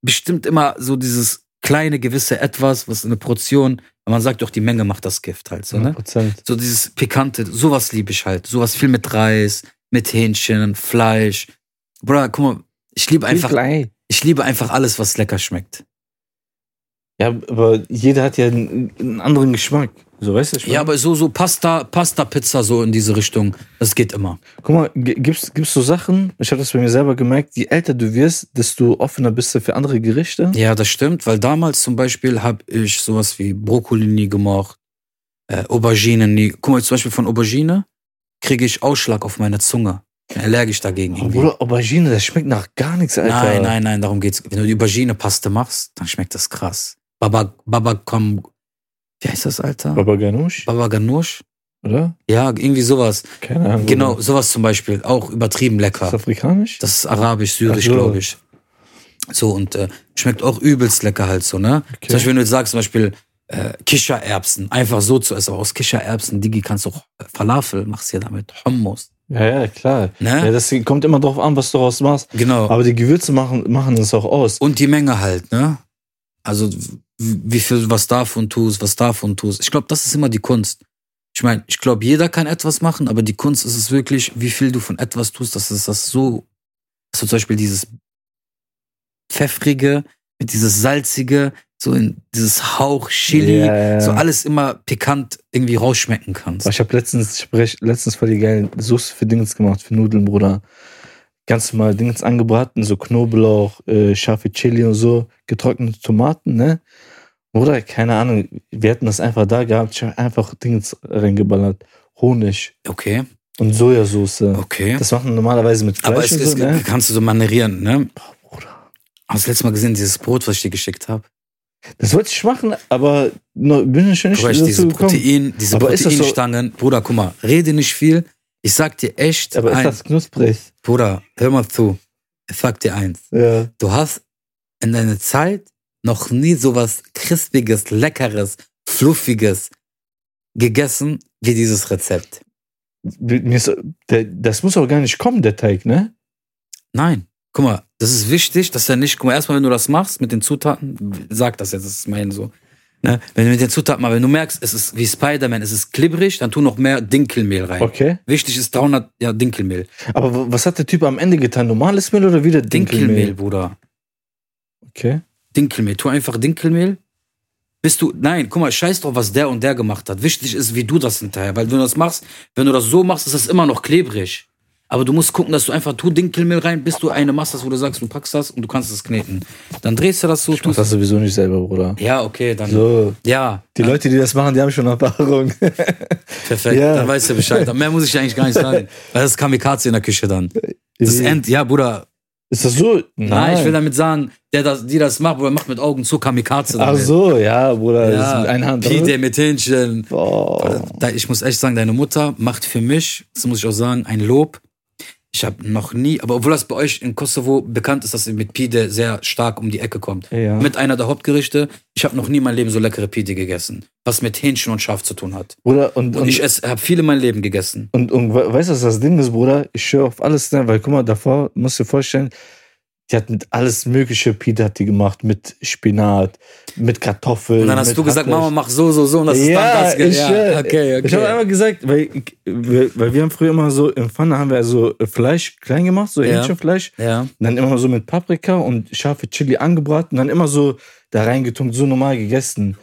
Speaker 1: bestimmt immer so dieses kleine gewisse Etwas, was eine Portion, aber man sagt doch, die Menge macht das Gift halt so, ne?
Speaker 2: 100%.
Speaker 1: So dieses Pikante, sowas liebe ich halt. Sowas viel mit Reis, mit Hähnchen, Fleisch. Bruder, guck mal, ich liebe einfach,
Speaker 2: klein.
Speaker 1: ich liebe einfach alles, was lecker schmeckt.
Speaker 2: Ja, aber jeder hat ja einen, einen anderen Geschmack. So, weißt du? ich
Speaker 1: Ja, aber so, so Pasta, Pasta, Pizza, so in diese Richtung. Das geht immer.
Speaker 2: Guck mal, gi- gibt's, gibt's so Sachen, ich habe das bei mir selber gemerkt, je älter du wirst, desto offener bist du für andere Gerichte.
Speaker 1: Ja, das stimmt, weil damals zum Beispiel habe ich sowas wie Brokkoli nie gemocht, äh, Aubergine nie. Guck mal, zum Beispiel von Aubergine kriege ich Ausschlag auf meine Zunge. Bin allergisch dagegen.
Speaker 2: Oh,
Speaker 1: Irgendwie.
Speaker 2: Bruder, Aubergine, das schmeckt nach gar nichts, Alter.
Speaker 1: Nein, nein, nein, darum geht's. Wenn du die Aubergine-Paste machst, dann schmeckt das krass. Baba, Baba, komm. Wie heißt das, Alter?
Speaker 2: Baba Ganoush,
Speaker 1: Baba Ganoush?
Speaker 2: oder?
Speaker 1: Ja, irgendwie sowas.
Speaker 2: Keine Ahnung.
Speaker 1: Genau, sowas zum Beispiel. Auch übertrieben
Speaker 2: Ist das
Speaker 1: lecker.
Speaker 2: afrikanisch?
Speaker 1: Das ist arabisch, syrisch,
Speaker 2: Ach so.
Speaker 1: glaube ich. So, und äh, schmeckt auch übelst lecker halt so, ne?
Speaker 2: Okay.
Speaker 1: Zum Beispiel, wenn du jetzt sagst, zum Beispiel äh, Kichererbsen, einfach so zu essen. Aber aus Kichererbsen, Digi, kannst du auch äh, Falafel, machst ja damit Hummus.
Speaker 2: ja, ja, klar.
Speaker 1: Ne?
Speaker 2: Ja, das kommt immer drauf an, was du daraus machst.
Speaker 1: genau.
Speaker 2: Aber die Gewürze machen, machen es auch aus.
Speaker 1: Und die Menge halt, ne? Also, w- wie viel, was davon tust, was davon tust. Ich glaube, das ist immer die Kunst. Ich meine, ich glaube, jeder kann etwas machen, aber die Kunst ist es wirklich, wie viel du von etwas tust, dass es das so, dass du zum Beispiel dieses pfeffrige, mit dieses salzige, so in dieses Hauch Chili,
Speaker 2: Ja, ja.
Speaker 1: so alles immer pikant irgendwie rausschmecken kannst.
Speaker 2: Boah, Ich habe letztens, ich hab recht- letztens voll die geilen Soße für Dings gemacht, für Nudeln, Bruder. Ganz normal Dings angebraten, so Knoblauch, äh, scharfe Chili und so, getrocknete Tomaten, ne? Bruder, keine Ahnung, wir hätten das einfach da gehabt, ich hab einfach Dings reingeballert. Honig
Speaker 1: Okay,
Speaker 2: und Sojasauce.
Speaker 1: okay.
Speaker 2: Das machen wir normalerweise mit Fleisch
Speaker 1: Aber es,
Speaker 2: und
Speaker 1: es
Speaker 2: so, ne?
Speaker 1: kannst du so manierieren, ne?
Speaker 2: Bruder.
Speaker 1: Hast du letztes Mal gesehen, dieses Brot, was ich dir geschickt habe?
Speaker 2: Das wollte ich machen, aber noch, bin ich schon nicht
Speaker 1: Guck mal,
Speaker 2: dazu
Speaker 1: diese
Speaker 2: gekommen.
Speaker 1: Protein, diese
Speaker 2: Aber ist das so-
Speaker 1: Proteinstangen, Bruder, guck mal, rede nicht viel. Ich sag dir echt,
Speaker 2: aber ist
Speaker 1: ein,
Speaker 2: das knusprig?
Speaker 1: Bruder, hör mal zu. Ich sag dir eins.
Speaker 2: Ja.
Speaker 1: Du hast in deiner Zeit noch nie sowas krispiges, leckeres, fluffiges gegessen wie dieses Rezept.
Speaker 2: Mir ist, der, das muss auch gar nicht kommen, der Teig, ne?
Speaker 1: Nein. Guck mal, das ist wichtig, dass er nicht, guck mal, erstmal, wenn du das machst mit den Zutaten, sag das jetzt, das ist mein so. Ne? Wenn du mit den Zutaten mal, wenn du merkst, es ist wie Spider-Man, es ist klibbrig, dann tu noch mehr Dinkelmehl rein.
Speaker 2: Okay.
Speaker 1: Wichtig ist 300, ja, Dinkelmehl.
Speaker 2: Aber w- was hat der Typ am Ende getan? Normales Mehl oder wieder
Speaker 1: Dinkelmehl,
Speaker 2: Dinkelmehl?
Speaker 1: Bruder.
Speaker 2: Okay.
Speaker 1: Dinkelmehl. Tu einfach Dinkelmehl. Bist du, nein, guck mal, scheiß drauf, was der und der gemacht hat. Wichtig ist, wie du das hinterher, weil wenn du das machst, wenn du das so machst, ist das immer noch klebrig. Aber du musst gucken, dass du einfach tu Dinkelmehl rein, bis du eine machst, hast, wo du sagst, du packst das und du kannst es kneten. Dann drehst du das so,
Speaker 2: Du machst
Speaker 1: tust
Speaker 2: das sowieso nicht selber, Bruder.
Speaker 1: Ja, okay, dann.
Speaker 2: So.
Speaker 1: Ja,
Speaker 2: Die Leute, die das machen, die haben schon Erfahrung. (laughs)
Speaker 1: perfekt.
Speaker 2: Ja.
Speaker 1: Dann weißt du Bescheid. Mehr muss ich eigentlich gar nicht
Speaker 2: (laughs)
Speaker 1: sagen. Weil das ist Kamikaze in der Küche dann. Das End, ja, Bruder,
Speaker 2: Ist das so?
Speaker 1: Nein, ich will damit sagen, der das, die das macht, Bruder, macht mit Augen zu Kamikaze
Speaker 2: Ach
Speaker 1: damit.
Speaker 2: so, ja, Bruder. Das ist
Speaker 1: Ja,
Speaker 2: mit einer Also Hand.
Speaker 1: Pi,
Speaker 2: oder? Oh.
Speaker 1: der mit Hähnchen.
Speaker 2: Boah.
Speaker 1: Da- Ich muss echt sagen, deine Mutter macht für mich, das muss ich auch sagen, ein Lob. Ich habe noch nie, aber obwohl das bei euch in Kosovo bekannt ist, dass ihr mit Pide sehr stark um die Ecke kommt.
Speaker 2: Ja.
Speaker 1: Mit einer der Hauptgerichte. Ich habe noch nie in meinem Leben so leckere Pide gegessen, was mit Hähnchen und Schaf zu tun hat.
Speaker 2: Bruder, und,
Speaker 1: Und
Speaker 2: und,
Speaker 1: ich habe viel in meinem Leben gegessen.
Speaker 2: und, und we- weißt du, was das Ding ist, Bruder? Ich schwöre auf alles, ne? weil guck mal, davor musst du dir vorstellen, die hat mit alles mögliche Pita hat die gemacht, mit Spinat, mit Kartoffeln.
Speaker 1: Und dann hast
Speaker 2: Äh, mit
Speaker 1: du gesagt,
Speaker 2: Hackfleisch.
Speaker 1: Mama, mach so, so, so. Und das
Speaker 2: ja,
Speaker 1: ist dann das.
Speaker 2: ich,
Speaker 1: ja,
Speaker 2: schwör.
Speaker 1: okay, okay.
Speaker 2: ich habe einmal gesagt, weil, ich- weil weil wir haben früher immer so im Pfanne haben wir so Fleisch klein gemacht, so
Speaker 1: Ja.
Speaker 2: Hähnchenfleisch,
Speaker 1: ja.
Speaker 2: Und dann immer so mit Paprika und scharfe Chili angebraten, dann immer so da reingetunkt, so normal gegessen.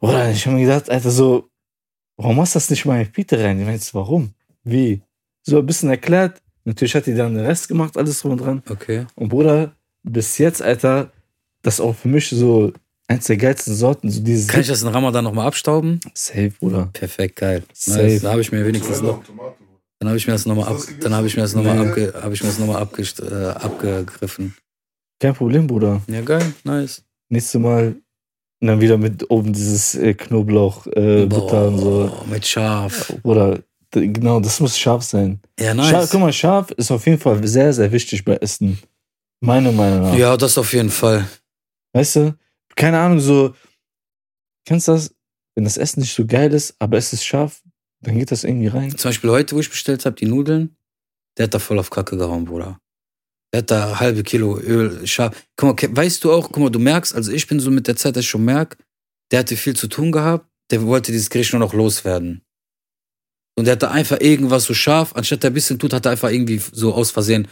Speaker 2: Oder ich habe mir gedacht, Alter, so, warum machst du das nicht mal in Pite rein? Ich meinst, warum? Wie? So ein bisschen erklärt. Natürlich hat die dann den Rest gemacht, alles drum und dran.
Speaker 1: Okay.
Speaker 2: Und Bruder, bis jetzt, Alter, das ist auch für mich so eins der geilsten Sorten, so dieses
Speaker 1: Kann ich das in Ramadan nochmal abstauben?
Speaker 2: Safe, Bruder.
Speaker 1: Perfekt, geil.
Speaker 2: Safe.
Speaker 1: Nice. Dann habe ich mir wenigstens noch,
Speaker 4: Tomaten.
Speaker 1: dann habe ich mir das nochmal ab,
Speaker 4: Hast du das
Speaker 1: dann habe ich mir das nochmal
Speaker 4: gegessen?
Speaker 1: abge, habe ich mir das noch mal abgest, äh, abgegriffen.
Speaker 2: Kein Problem, Bruder.
Speaker 1: Ja, geil, nice.
Speaker 2: Nächstes Mal dann wieder mit oben dieses äh, Knoblauch, äh, Butter und so.
Speaker 1: Boah, mit Schaf.
Speaker 2: Oder d- genau, das muss scharf sein.
Speaker 1: Ja, nice.
Speaker 2: Scharf, guck mal, scharf ist auf jeden Fall sehr, sehr wichtig bei Essen. Meiner Meinung nach.
Speaker 1: Ja, das auf jeden Fall.
Speaker 2: Weißt du? Keine Ahnung, so. Kennst du das? Wenn das Essen nicht so geil ist, aber es ist scharf, dann geht das irgendwie rein.
Speaker 1: Zum Beispiel heute, wo ich bestellt habe, die Nudeln, der hat da voll auf Kacke gehauen, Bruder. Der hat da halbe Kilo Öl, Schaf. Guck mal, ke- weißt du auch, guck mal, du merkst, also ich bin so mit der Zeit, dass ich schon merk, der hatte viel zu tun gehabt, der wollte dieses Gericht nur noch loswerden. Und der hatte einfach irgendwas so scharf, anstatt der ein bisschen tut, hat er einfach irgendwie so aus Versehen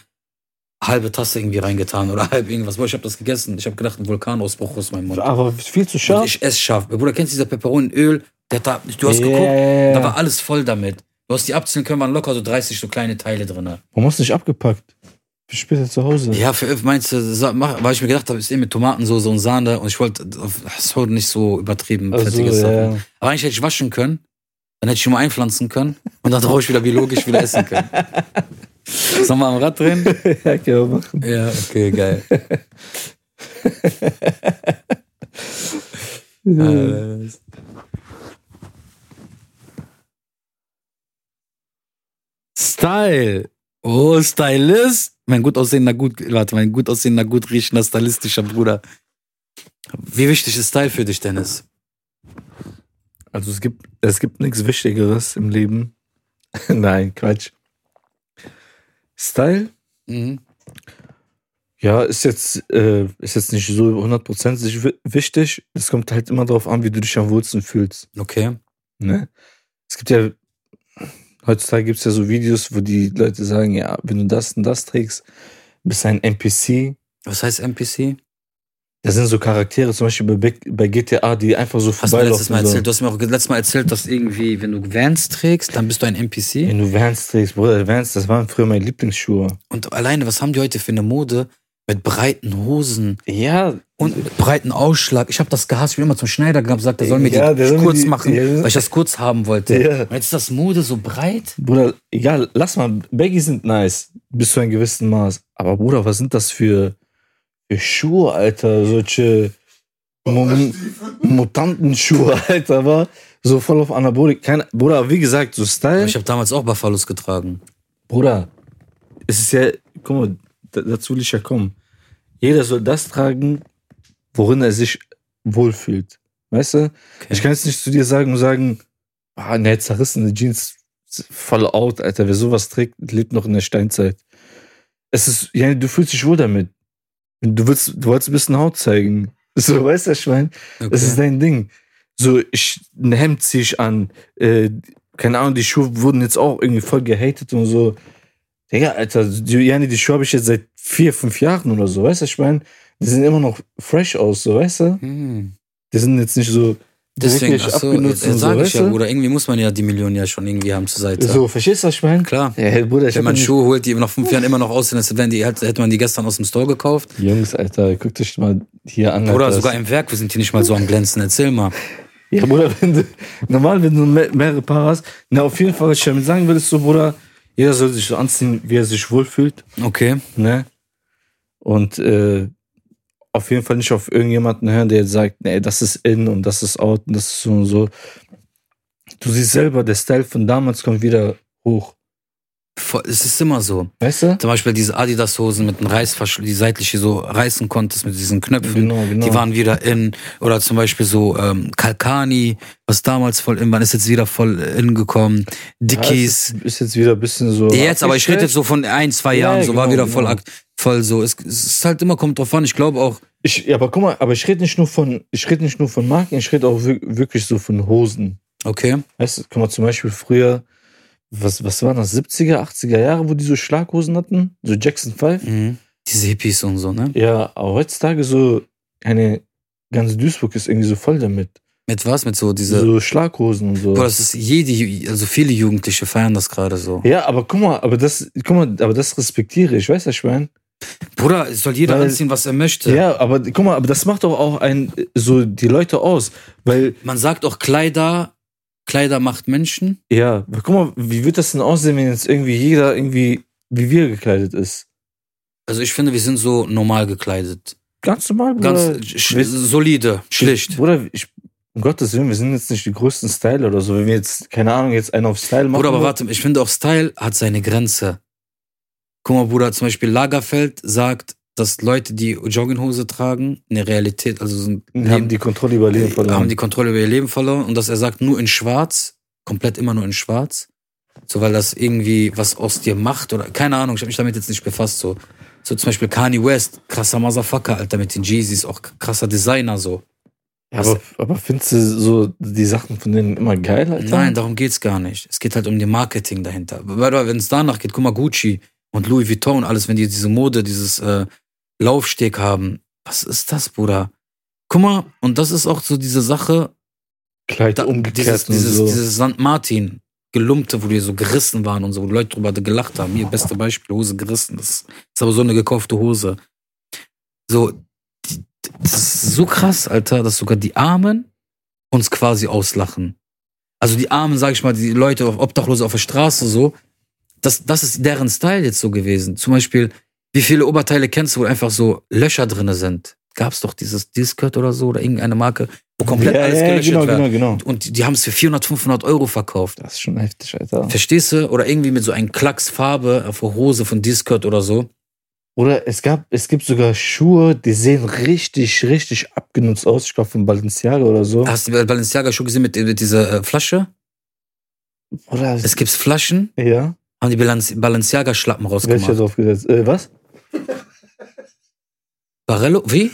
Speaker 1: halbe Tasse irgendwie reingetan oder halb irgendwas. Boah, ich habe das gegessen. Ich habe gedacht, ein Vulkanausbruch aus meinem Mund.
Speaker 2: Aber viel zu
Speaker 1: Und
Speaker 2: scharf.
Speaker 1: ich esse scharf. Bruder, kennst du dieser Peperonenöl? Der hat da, du hast
Speaker 2: Ja,
Speaker 1: geguckt,
Speaker 2: ja, ja, ja.
Speaker 1: da war alles voll damit. Du hast die abziehen können, waren locker so 30 so kleine Teile drin.
Speaker 2: Man muss nicht abgepackt. Bis später zu Hause.
Speaker 1: Ja, für Öff meinst du, sa- mach- weil ich mir gedacht habe, ist eh mit Tomatensoße und Sahne und ich wollte auf Sorte nicht so übertrieben
Speaker 2: Also,
Speaker 1: fettige
Speaker 2: ja.
Speaker 1: Sachen. Aber eigentlich hätte ich waschen können, dann hätte ich schon mal einpflanzen können und dann drauf ich wieder biologisch wieder essen (laughs) können. Sollen wir am Rad drehen?
Speaker 2: (laughs) ja, genau, können wir machen.
Speaker 1: Ja, okay, geil. Äh, Style. Oh, Stylist. Mein gut aussehender, gut, warte, mein gut aussehender, gut riechender, stylistischer Bruder. Wie wichtig ist Style für dich, Dennis?
Speaker 2: Also es gibt, es gibt nichts Wichtigeres im Leben. (laughs) Nein, Quatsch. Style?
Speaker 1: Mhm.
Speaker 2: Ja, ist jetzt, äh, ist jetzt nicht so 100% sich wi- wichtig. Es kommt halt immer darauf an, wie du dich am Wurzeln fühlst.
Speaker 1: Okay.
Speaker 2: Ne? Es gibt ja, heutzutage gibt es ja so Videos, wo die Leute sagen, ja, wenn du das und das trägst, bist du ein NPC.
Speaker 1: Was heißt NPC?
Speaker 2: Das sind so Charaktere, zum Beispiel bei, Big- bei GTA, die einfach so
Speaker 1: Hast du mir letztes
Speaker 2: vorbeilaufen.
Speaker 1: Mal
Speaker 2: sollen.
Speaker 1: erzählt? Du hast mir auch letztes Mal erzählt, dass irgendwie, wenn du Vans trägst, dann bist du ein NPC.
Speaker 2: Wenn du Vans trägst, Bruder, Vans, das waren früher meine Lieblingsschuhe.
Speaker 1: Und alleine, was haben die heute für eine Mode mit breiten Hosen
Speaker 2: Ja,
Speaker 1: und mit breiten Ausschlag? Ich habe das gehasst. Ich bin immer zum Schneider gegangen und gesagt, der soll mir
Speaker 2: Ja, der
Speaker 1: die
Speaker 2: soll mir
Speaker 1: kurz
Speaker 2: die-
Speaker 1: machen,
Speaker 2: ja, das-
Speaker 1: weil ich das kurz haben wollte.
Speaker 2: Ja.
Speaker 1: Und Jetzt ist das Mode so breit.
Speaker 2: Bruder, egal, lass mal, Baggy sind nice, bis zu einem gewissen Maß. Aber Bruder, was sind das für, für Schuhe, Alter? Solche Mum- Mutantenschuhe, (laughs) Alter, war so voll auf Anabolik. Keine, Bruder, wie gesagt, so Style.
Speaker 1: Ich habe damals auch Buffalos getragen.
Speaker 2: Bruder, es ist ja, guck mal, da- dazu will ich ja kommen. Jeder soll das tragen, worin er sich wohlfühlt. Weißt du? Ich kann jetzt nicht zu dir sagen und sagen, ah, ne, zerrissene Jeans, voll out, Alter. Wer sowas trägt, lebt noch in der Steinzeit. Es ist, ja, du fühlst dich wohl damit. Du willst, du wolltest ein bisschen Haut zeigen. So, weißt du, Schwein?
Speaker 1: Okay.
Speaker 2: Das ist dein Ding. So, ich, ein Hemd ziehe ich an. Äh, keine Ahnung, die Schuhe wurden jetzt auch irgendwie voll gehatet und so. Digga, Alter, die, Jani, die Schuhe habe ich jetzt seit vier, fünf Jahren oder so, weißt du, ich meine, die sehen immer noch fresh aus, so, weißt du?
Speaker 1: Hm.
Speaker 2: Die sind jetzt nicht so
Speaker 1: Deswegen,
Speaker 2: dreckig
Speaker 1: ach so,
Speaker 2: abgenutzt
Speaker 1: äh,
Speaker 2: und so,
Speaker 1: sag ich
Speaker 2: weißt
Speaker 1: ja,
Speaker 2: du?
Speaker 1: Bruder, irgendwie muss man ja die Millionen ja schon irgendwie haben zur Seite.
Speaker 2: So, verstehst du, was ich meine?
Speaker 1: Klar.
Speaker 2: Ja, hey, Bruder, ich
Speaker 1: Wenn
Speaker 2: hab
Speaker 1: man
Speaker 2: nicht-
Speaker 1: Schuhe holt, die nach fünf Jahren immer noch aussehen, als wären die, als hätte man die gestern aus dem Store gekauft.
Speaker 2: Jungs, Alter, guckt euch mal hier an.
Speaker 1: Oder
Speaker 2: Alter.
Speaker 1: sogar im Werk, wir sind hier nicht mal so am Glänzen. Erzähl mal.
Speaker 2: Ja, Bruder, wenn du, normal, wenn du me- mehrere Paar hast, na, auf jeden Fall, was ich damit sagen will, ist so, Bruder, jeder soll sich so anziehen, wie er sich wohlfühlt,
Speaker 1: Okay.
Speaker 2: ne? Und, äh, auf jeden Fall nicht auf irgendjemanden hören, der jetzt sagt, nee, das ist in und das ist out und das ist so und so. Du siehst selber, der Style von damals kommt wieder hoch.
Speaker 1: Voll- Es ist immer so.
Speaker 2: Weißt du?
Speaker 1: Zum Beispiel diese Adidas-Hosen mit einem Reißverschluss, die seitliche so reißen konntest mit diesen Knöpfen.
Speaker 2: Genau, genau.
Speaker 1: Die waren wieder in. Oder zum Beispiel so ähm, Kalkani, was damals voll in war, ist jetzt wieder voll in gekommen. Dickies.
Speaker 2: Ja, es ist, ist jetzt wieder ein bisschen so.
Speaker 1: Ja, jetzt, aber ich rede jetzt so von ein, zwei
Speaker 2: Ja,
Speaker 1: Jahren,
Speaker 2: ja,
Speaker 1: so war
Speaker 2: genau,
Speaker 1: wieder voll,
Speaker 2: genau.
Speaker 1: akt- voll so. Es, es ist halt immer, kommt drauf an. Ich glaube auch,
Speaker 2: Ich, ja, aber guck mal, aber ich rede nicht nur von, ich rede nicht nur von Marken, ich rede auch wir- wirklich so von Hosen.
Speaker 1: okay,
Speaker 2: Weißt du, guck mal, zum Beispiel früher, was, was waren das, 70er, 80er Jahre, wo die so Schlaghosen hatten? So Jackson 5?
Speaker 1: mhm. diese Hippies und so, ne?
Speaker 2: Ja, aber heutzutage so, eine, ganz Duisburg ist irgendwie so voll damit.
Speaker 1: Mit was? Mit so diese.
Speaker 2: So Schlaghosen und so.
Speaker 1: Boah, das ist jede, Ju- also viele Jugendliche feiern das gerade so.
Speaker 2: ja, aber guck mal, aber das, guck mal, aber das respektiere ich, weißt du, ich meine?
Speaker 1: Bruder, es soll jeder
Speaker 2: Weil-
Speaker 1: anziehen, was er möchte.
Speaker 2: Ja, aber guck mal, aber das macht doch auch ein, so die Leute aus, weil
Speaker 1: Man sagt auch Kleider, Kleider macht Menschen.
Speaker 2: Ja, aber guck mal, wie wird das denn aussehen, wenn jetzt irgendwie jeder irgendwie wie wir gekleidet ist?
Speaker 1: Also ich finde, wir sind so normal gekleidet.
Speaker 2: Ganz normal,
Speaker 1: Ganz
Speaker 2: Bruder.
Speaker 1: sch
Speaker 2: wir-
Speaker 1: solide, schlicht.
Speaker 2: Bruder, ich, um Gottes Willen, wir sind jetzt nicht die größten Style oder so. Wenn wir jetzt, keine Ahnung, jetzt einen auf Style machen.
Speaker 1: Bruder, aber
Speaker 2: würden-
Speaker 1: warte, ich finde auch Style hat seine Grenze. Guck mal, Bruder, zum Beispiel Lagerfeld sagt, dass Leute, die Jogginghose tragen, eine Realität, also sind
Speaker 2: haben die Kontrolle über Leben verloren.
Speaker 1: äh, haben die Kontrolle über ihr Leben verloren und dass er sagt, nur in Schwarz, komplett immer nur in Schwarz, so weil das irgendwie was aus dir macht oder keine Ahnung, ich habe mich damit jetzt nicht befasst so. So zum Beispiel Kanye West, krasser Motherfucker, Alter, mit den Jeezys, auch krasser Designer so.
Speaker 2: Ja, aber, aber findest du so die Sachen von denen immer geil, Alter?
Speaker 1: Nein, darum geht's gar nicht. Es geht halt um die Marketing dahinter. Wenn es danach geht, guck mal, Gucci und Louis Vuitton, alles, wenn die diese Mode, dieses äh, Laufsteg haben. Was ist das, Bruder? Guck mal, und das ist auch so diese Sache,
Speaker 2: Kleid
Speaker 1: da,
Speaker 2: umgekehrt
Speaker 1: dieses,
Speaker 2: und
Speaker 1: dieses,
Speaker 2: so.
Speaker 1: dieses St. Martin, Gelumpte, wo die so gerissen waren und so, wo die Leute drüber gelacht haben. Hier, beste Beispiel, Hose gerissen. Das ist aber so eine gekaufte Hose. So, die, das ist so krass, Alter, dass sogar die Armen uns quasi auslachen. Also die Armen, sag ich mal, die Leute, Obdachlose auf der Straße so, das, das ist deren Style jetzt so gewesen. Zum Beispiel, wie viele Oberteile kennst du, wo einfach so Löcher drinne sind? Gab's doch dieses Discord oder so oder irgendeine Marke, wo komplett
Speaker 2: ja,
Speaker 1: alles
Speaker 2: ja,
Speaker 1: gelöscht
Speaker 2: genau,
Speaker 1: wird
Speaker 2: genau, genau.
Speaker 1: und die, die haben es für 400, 500 Euro verkauft.
Speaker 2: Das ist schon heftig, Alter.
Speaker 1: Verstehst du? Oder irgendwie mit so einem Klacks Farbe auf der Hose von Discord oder so.
Speaker 2: Oder es gab, es gibt sogar Schuhe, die sehen richtig, richtig abgenutzt aus. Ich glaube von Balenciaga oder so.
Speaker 1: Hast du bei Balenciaga schon gesehen mit, mit dieser äh, Flasche?
Speaker 2: Oder
Speaker 1: Es gibt Flaschen,
Speaker 2: ja.
Speaker 1: haben die Balenci- Balenciaga-Schlappen
Speaker 2: Welcher
Speaker 1: rausgemacht.
Speaker 2: drauf gesetzt? Äh, was?
Speaker 1: Barello, wie?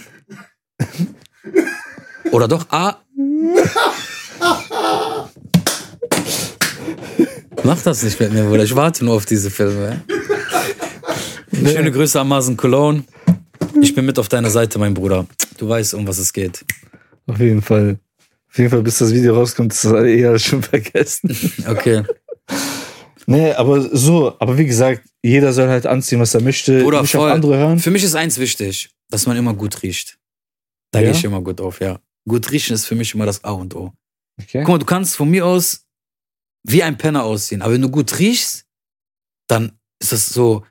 Speaker 1: oder doch A. Mach das nicht mit mir, Bruder. Ich warte nur auf diese Filme. Schöne Grüße an Masen Cologne. Ich bin mit auf deiner Seite, mein Bruder. Du weißt, um was es geht.
Speaker 2: Auf jeden Fall. Auf jeden Fall, bis das Video rauskommt, ist das eh alles schon (laughs) vergessen.
Speaker 1: Okay.
Speaker 2: nee, aber so, aber wie gesagt, jeder soll halt anziehen, was er möchte.
Speaker 1: Oder
Speaker 2: nicht
Speaker 1: voll.
Speaker 2: auf andere hören.
Speaker 1: Für mich ist eins wichtig, dass man immer gut riecht. Da
Speaker 2: Ja?
Speaker 1: gehe ich immer gut auf, ja. Gut riechen ist für mich immer das A und O.
Speaker 2: Okay.
Speaker 1: Guck mal, du kannst von mir aus wie ein Penner aussehen, aber wenn du gut riechst, dann ist das so,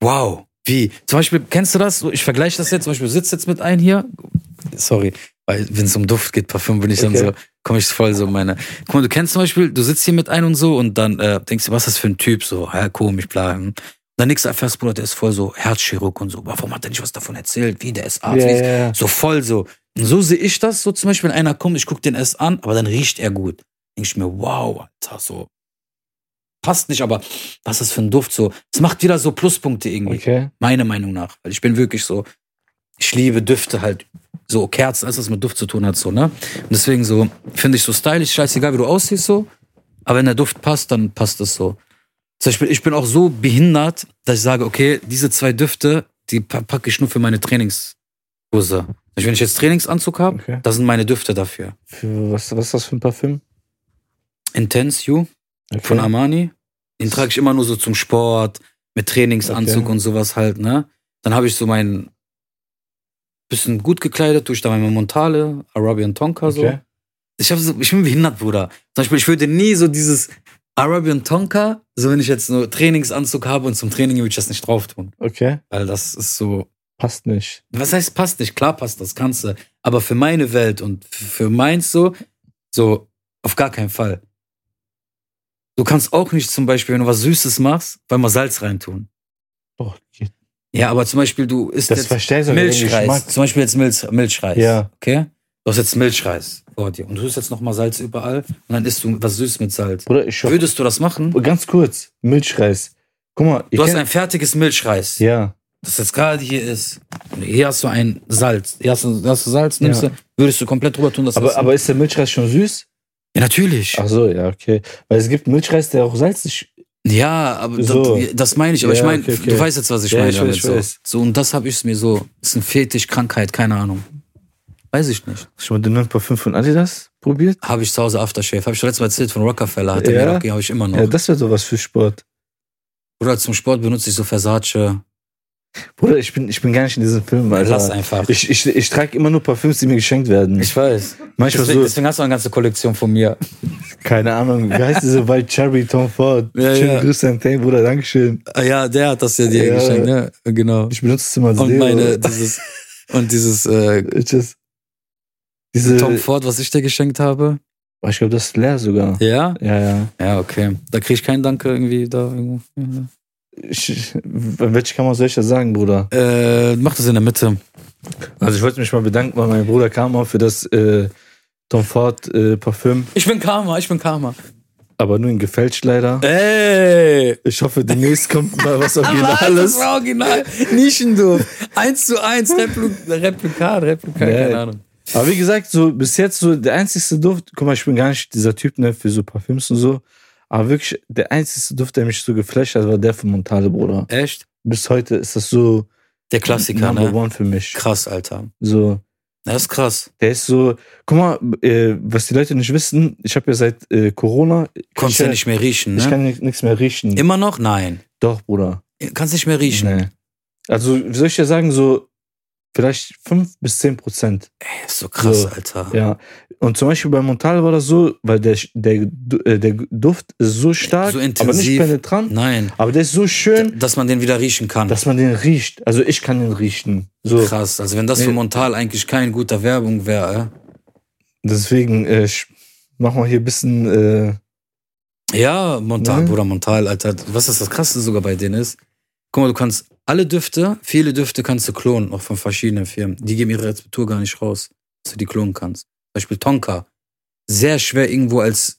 Speaker 1: wow. Wie? Zum Beispiel, kennst du das? So, Ich vergleiche das jetzt, zum Beispiel, du sitzt jetzt mit einem hier. Sorry, weil wenn es um Duft geht, Parfüm, bin ich
Speaker 2: Okay.
Speaker 1: dann so, komme ich voll so in meine. Guck mal, du kennst zum Beispiel, du sitzt hier mit einem und so und dann äh, denkst du, was ist das für ein Typ? So, ja, komisch, bla. hm. Und dann nächster erfährst, Bruder, der ist voll so Herzchirurg und so. Warum hat er nicht was davon erzählt? Wie, der ist Arzt?
Speaker 2: Ja,
Speaker 1: wie ist-
Speaker 2: ja, ja.
Speaker 1: so voll so. Und so sehe ich das, so zum Beispiel, wenn einer kommt, ich gucke den erst an, aber dann riecht er gut. Denke ich mir, wow, Alter, so. Passt nicht, aber was ist das für ein Duft so? Es macht wieder so Pluspunkte irgendwie,
Speaker 2: Okay.
Speaker 1: meiner Meinung nach. Weil ich bin wirklich so, ich liebe Düfte halt. So Kerzen, alles, was mit Duft zu tun hat, so, ne? Und deswegen so, finde ich so stylisch, scheißegal, wie du aussiehst, so. Aber wenn der Duft passt, dann passt es so. Zum Beispiel, ich bin auch so behindert, dass ich sage, okay, diese zwei Düfte, die pa- packe ich nur für meine Trainingshose. Zum Beispiel, Wenn ich jetzt Trainingsanzug habe,
Speaker 2: Okay.
Speaker 1: das sind meine Düfte dafür.
Speaker 2: Für, was, was ist das für ein Parfüm?
Speaker 1: Intense You
Speaker 2: Okay.
Speaker 1: von Armani. Den trage ich immer nur so zum Sport, mit Trainingsanzug
Speaker 2: Okay.
Speaker 1: und sowas halt, ne? Dann habe ich so mein bisschen gut gekleidet, tue ich da meine Montale, Arabian Tonka so.
Speaker 2: Okay.
Speaker 1: Ich, hab so, ich bin behindert, Bruder. Zum Beispiel, ich würde nie so dieses Arabian Tonka, so wenn ich jetzt nur Trainingsanzug habe und zum Training würde ich das nicht drauf tun.
Speaker 2: okay.
Speaker 1: Weil das ist so.
Speaker 2: Passt nicht.
Speaker 1: Was heißt passt nicht? Klar passt das, kannst du. Aber für meine Welt und f- für meins so, so auf gar keinen Fall. Du kannst auch nicht zum Beispiel, wenn du was Süßes machst, weil mal Salz reintun.
Speaker 2: Boah, geht.
Speaker 1: Ja, aber zum Beispiel, du isst
Speaker 2: Das
Speaker 1: Oh, jetzt
Speaker 2: verstehst du
Speaker 1: Milchreis. Zum Beispiel jetzt Milch, Milchreis.
Speaker 2: Ja.
Speaker 1: Okay? Du hast jetzt Milchreis vor dir und du tust jetzt nochmal Salz überall und dann isst du was Süßes mit Salz.
Speaker 2: Bruder, ich schwör. Oh,
Speaker 1: Würdest du das machen?
Speaker 2: Ganz kurz, Milchreis. Guck mal, ich
Speaker 1: Du hast ein fertiges Milchreis,
Speaker 2: Ja.
Speaker 1: das jetzt gerade hier ist. Und hier hast du ein Salz. Hier hast du, da hast du Salz, nimmst
Speaker 2: Ja.
Speaker 1: du, würdest du komplett drüber tun, das
Speaker 2: Aber,
Speaker 1: Essen.
Speaker 2: aber ist der Milchreis schon süß?
Speaker 1: Ja, natürlich.
Speaker 2: Ach so, ja, okay. Weil es gibt Milchreis, der auch salzig.
Speaker 1: Ja, aber
Speaker 2: So.
Speaker 1: das, das meine ich. Aber
Speaker 2: Ja,
Speaker 1: ich meine,
Speaker 2: okay, okay.
Speaker 1: du weißt jetzt, was ich
Speaker 2: Ja,
Speaker 1: meine.
Speaker 2: ich weiß,
Speaker 1: damit,
Speaker 2: ich
Speaker 1: so.
Speaker 2: weiß.
Speaker 1: so, und das habe ich mir so. Ist ein Fetisch, Krankheit, keine Ahnung. Weiß ich nicht.
Speaker 2: Hast du schon mal den neuen Parfüm von Adidas probiert?
Speaker 1: Habe ich zu Hause Aftershave. Habe ich doch letztes Mal erzählt von Rockefeller. Hat der
Speaker 2: Ja.
Speaker 1: mir doch gegeben, habe ich immer noch.
Speaker 2: Ja, das wäre sowas für Sport.
Speaker 1: Oder zum Sport benutze ich so Versace.
Speaker 2: Bruder, ich bin, ich bin gar nicht in diesem Film, Alter.
Speaker 1: Lass einfach.
Speaker 2: Ich, ich, ich trage immer nur Parfüms, die mir geschenkt werden.
Speaker 1: weiß.
Speaker 2: Manchmal
Speaker 1: Deswegen,
Speaker 2: so,
Speaker 1: deswegen hast du eine ganze Kollektion von mir.
Speaker 2: keine Ahnung, wie
Speaker 1: (laughs)
Speaker 2: heißt diese White Cherry Tom Ford?
Speaker 1: Ja,
Speaker 2: Schönen
Speaker 1: ja.
Speaker 2: Grüße an Tay, Bruder, Dankeschön.
Speaker 1: Ah Ja, der hat das ja dir
Speaker 2: Ja.
Speaker 1: geschenkt, ne? Genau.
Speaker 2: Ich benutze es immer
Speaker 1: Und
Speaker 2: sehr, (laughs)
Speaker 1: meine,
Speaker 2: Bruder.
Speaker 1: dieses, und dieses äh,
Speaker 2: Ich just- diese,
Speaker 1: Tom Ford, was ich dir geschenkt habe.
Speaker 2: Oh, ich glaube, das ist leer sogar.
Speaker 1: Ja?
Speaker 2: Ja, ja.
Speaker 1: Ja, okay. Da krieg ich keinen Danke irgendwie da irgendwo.
Speaker 2: Ich, welche Kammer soll ich das sagen, Bruder?
Speaker 1: Äh, mach das in der Mitte.
Speaker 2: Also ich wollte mich mal bedanken, weil mein Bruder kam auch für das äh, Tom Ford äh, Parfüm,
Speaker 1: Ich bin Karma, ich bin Karma.
Speaker 2: aber nur in gefälscht leider.
Speaker 1: Ey!
Speaker 2: Ich hoffe, demnächst kommt mal
Speaker 1: (laughs)
Speaker 2: was
Speaker 1: Aber das
Speaker 2: Originales.
Speaker 1: war original. Nischenduft. Eins zu eins. Replu Replikat, Replikat,
Speaker 2: Nee.
Speaker 1: keine Ahnung.
Speaker 2: Aber wie gesagt, so bis jetzt so der einzigste Duft, guck mal, ich bin gar nicht dieser Typ ne, für so Parfüms und so, aber wirklich der einzigste Duft, der mich so geflasht hat, war der von Montale, Bruder.
Speaker 1: Echt?
Speaker 2: Bis heute ist das so
Speaker 1: Der Klassiker,
Speaker 2: Number
Speaker 1: ne?
Speaker 2: One für mich.
Speaker 1: Krass, Alter.
Speaker 2: So,
Speaker 1: Das ist krass.
Speaker 2: der ist so, guck mal, äh, was die Leute nicht wissen, ich habe ja seit äh, Corona,
Speaker 1: Konntest
Speaker 2: Ich,
Speaker 1: ja
Speaker 2: äh,
Speaker 1: nicht mehr riechen,
Speaker 2: ich
Speaker 1: ne?
Speaker 2: kann nichts mehr riechen.
Speaker 1: Immer noch? Nein.
Speaker 2: Doch, Bruder.
Speaker 1: Kannst nicht mehr riechen.
Speaker 2: Nee. Also, wie soll ich dir sagen, so vielleicht 5 bis 10 Prozent.
Speaker 1: Ey, ist so krass,
Speaker 2: So,
Speaker 1: Alter.
Speaker 2: Ja. Und zum Beispiel bei Montal war das so, weil der, der, äh, der Duft ist so stark,
Speaker 1: So
Speaker 2: aber nicht
Speaker 1: intensiv.
Speaker 2: penetrant,
Speaker 1: Nein.
Speaker 2: aber der ist so schön,
Speaker 1: Dass man den wieder riechen kann.
Speaker 2: dass man den riecht. Also ich kann den riechen. So.
Speaker 1: Krass. Also wenn das
Speaker 2: Nee.
Speaker 1: für Montal eigentlich kein guter Werbung wäre.
Speaker 2: Deswegen äh, ich mach mal hier ein bisschen äh,
Speaker 1: äh? Ja, Montal,
Speaker 2: Nee.
Speaker 1: Bruder Montal, Alter. Was ist das Krasse sogar bei denen ist? Guck mal, du kannst alle Düfte, viele Düfte kannst du klonen, auch von verschiedenen Firmen. Die geben ihre Rezeptur gar nicht raus, dass du die klonen kannst. Zum Beispiel Tonka. Sehr schwer irgendwo als